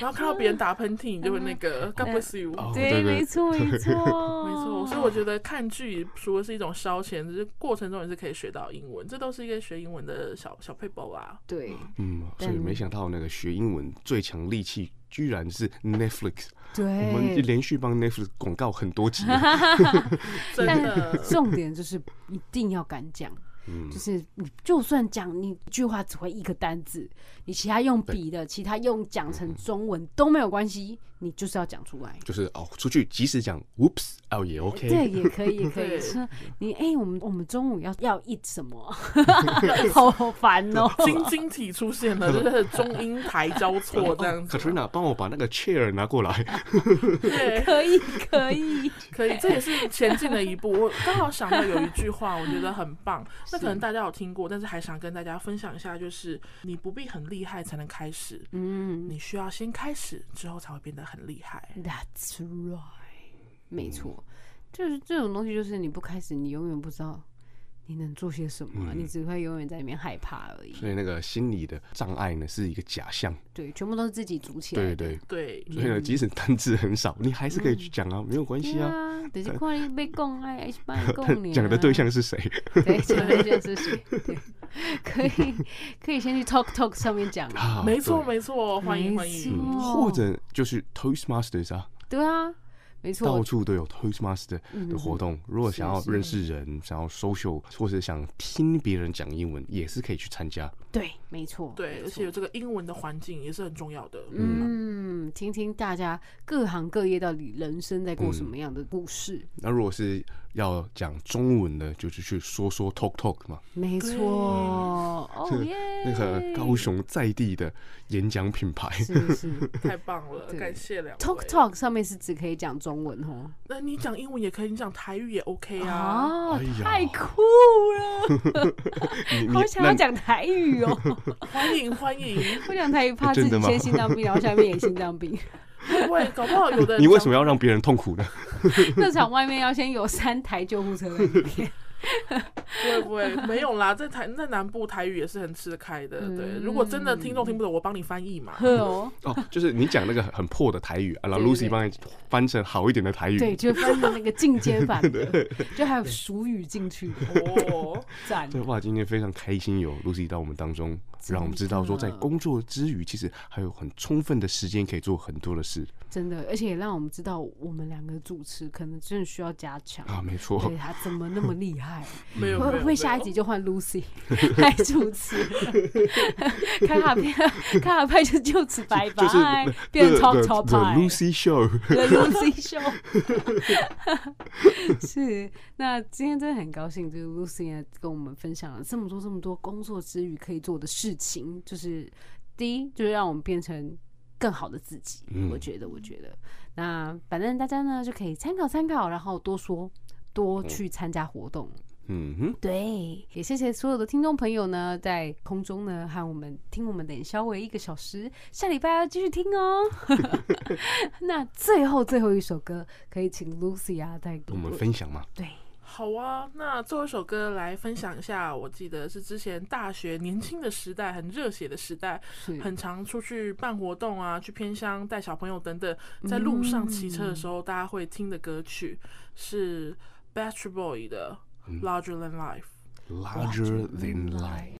Speaker 6: 然后看到别人打喷嚏，你就会那个，God bless you。
Speaker 1: 哦
Speaker 2: 对，没错没错
Speaker 6: 没错，所以我觉得看剧除了是一种消遣，就是过程中也是可以学到英文，这都是一个学英文的小小配宝啊。
Speaker 2: 对
Speaker 1: 嗯，所以
Speaker 2: 但
Speaker 1: 没想到那个学英文最强利器居然是 Netflix，我们
Speaker 2: 对，
Speaker 1: 连续帮 Netflix 广告很多集了。啊
Speaker 6: 真的 嗯
Speaker 2: 但，重点就是一定要敢讲。就是你，就算讲你一句话只会一个单字，你其他用笔的，其他用讲成中文都没有关系，你就是要讲出来。
Speaker 1: 就是哦，出去即使讲 whoops 哦也 OK，
Speaker 2: 对，也可以，也可以。
Speaker 6: 对
Speaker 2: 说你哎、我们我们中午要要 eat 什 么？好烦哦、
Speaker 6: 晶晶体出现了，就是中英台交错这样子。
Speaker 1: Katrina 帮我把那个 chair 拿过来，
Speaker 6: 对，
Speaker 2: 可以，可 以。
Speaker 6: 可以，这也是前进的一步。我刚好想到有一句话，我觉得很棒，那可能大家有听过，但是还想跟大家分享一下，就是你不必很厉害才能开始，
Speaker 2: 嗯
Speaker 6: 你需要先开始，之后才会变得很厉害。
Speaker 2: ，That's right，没错，就是这种东西，就是你不开始，你永远不知道你能做些什
Speaker 6: 嗯
Speaker 2: 么啊，你只会永远在里面害怕而已。
Speaker 1: 所以那个心理的障碍呢是一个假象。
Speaker 2: 对，全部都是自己组起来
Speaker 1: 对
Speaker 2: 的。
Speaker 1: 对，
Speaker 6: 对，
Speaker 1: 所以呢，即使单字很少，你还是可以去讲啊，没有关系
Speaker 2: 对
Speaker 1: 啊。
Speaker 2: 啊，就是看你被供爱还是被供你啊
Speaker 1: 讲的对象是谁？
Speaker 2: 对，讲的对象是谁？对，可以可以先去 Talk Talk 上面讲，
Speaker 1: 啊
Speaker 6: 没错
Speaker 1: 对嗯
Speaker 6: 没错，欢迎
Speaker 2: 没
Speaker 6: 欢迎。
Speaker 2: 错
Speaker 1: 或者就是 Toastmasters 啊，
Speaker 2: 对啊，没错
Speaker 1: 到，处都有 Toastmaster 的活
Speaker 2: 嗯
Speaker 1: 动。如果想要认识人、想要 social，或者想听别人讲英文，也是可以去参加。
Speaker 2: 对，没错，
Speaker 6: 对，而且有这个英文的环境也是很重要的。
Speaker 2: 嗯，听听大家各行各业到底人生在过什
Speaker 1: 嗯
Speaker 2: 么样的故事，
Speaker 1: 那如果是要讲中文的，就是去说说 Talk Talk 嘛，
Speaker 2: 没错，哦耶，
Speaker 1: 那嗯个高雄在地的演讲品牌。
Speaker 2: 是是
Speaker 6: 太棒了，
Speaker 2: 对
Speaker 6: 感谢两位。
Speaker 2: Talk Talk 上面是只可以讲中文哦，
Speaker 6: 那你讲英文也可以，你讲台语也 OK 啊。
Speaker 2: 啊
Speaker 1: 哎，呀
Speaker 2: 太酷了，
Speaker 1: 你你
Speaker 2: 好想要讲台语哦，
Speaker 6: 欢迎 欢迎，
Speaker 2: 我讲台语怕自
Speaker 1: 真的
Speaker 2: 己
Speaker 1: 吗
Speaker 2: 先心脏病，然后下面也心脏病，
Speaker 6: 会不会搞不好有
Speaker 1: 那
Speaker 6: 的人
Speaker 1: 你为什么
Speaker 6: 讲
Speaker 1: 要让别人痛苦呢？
Speaker 2: 那场外面要先有三台救护车在里面。
Speaker 6: 不会不会，没有啦，在台在南部台语也是很吃得开的。
Speaker 2: 嗯
Speaker 6: 对，如果真的听众听不懂，我帮你翻译 嘛。
Speaker 2: 呵哦，
Speaker 1: 哦，就是你讲那个很破的台语，啊，然后
Speaker 2: 对
Speaker 1: Lucy 帮你翻成好一点的台语。
Speaker 2: 对，就分的那个进阶版的，就还有俗语进去，
Speaker 6: 哦，
Speaker 2: 赞，
Speaker 1: 对，哇，今天非常开心有 Lucy 到我们当中，让我们知道说，在工作之余，其实还有很充分的时间可以做很多的事
Speaker 2: 真的，而且也让我们知道我们两个主持可能真的需要加强。
Speaker 1: 啊，没错。
Speaker 2: 对他怎么那么厉害？
Speaker 6: 没有没
Speaker 2: 会
Speaker 6: 有没
Speaker 2: 会
Speaker 6: 有
Speaker 2: 不会下一集就换 Lucy 来主持？卡卡片，卡卡派就就此拜拜，
Speaker 1: 就是
Speaker 2: 变成
Speaker 1: The-
Speaker 2: Talk
Speaker 1: The-
Speaker 2: Talk
Speaker 1: The
Speaker 2: 派。
Speaker 1: Lucy Show，
Speaker 2: The Lucy Show 是，那今天真的很高兴，就是 Lucy 呢跟我们分享了这么多这么多工作之余可以做的事情，就是第一就是让我们变成更好的自己，我觉得，我觉得，那反正大家呢就可以参考参考，然后多说。多去参加活动，
Speaker 1: 嗯哼，
Speaker 2: 对，也谢谢所有的听众朋友呢，在空中呢和我们听我们等稍微一个小时，下礼拜要继续听哦。 那最后最后一首歌，可以请 Lucy 啊再
Speaker 1: 我们分享嘛，
Speaker 2: 对
Speaker 6: 好啊，那最后一首歌来分享一下，我记得是之前大学年轻的时代，很热血的时代，
Speaker 2: 是
Speaker 6: 很常出去办活动啊，去偏乡带小朋友等等，在路上骑车的时候，大家会听的歌曲是 Backstreet Boy 的《Larger Than Life》。
Speaker 1: larger than life。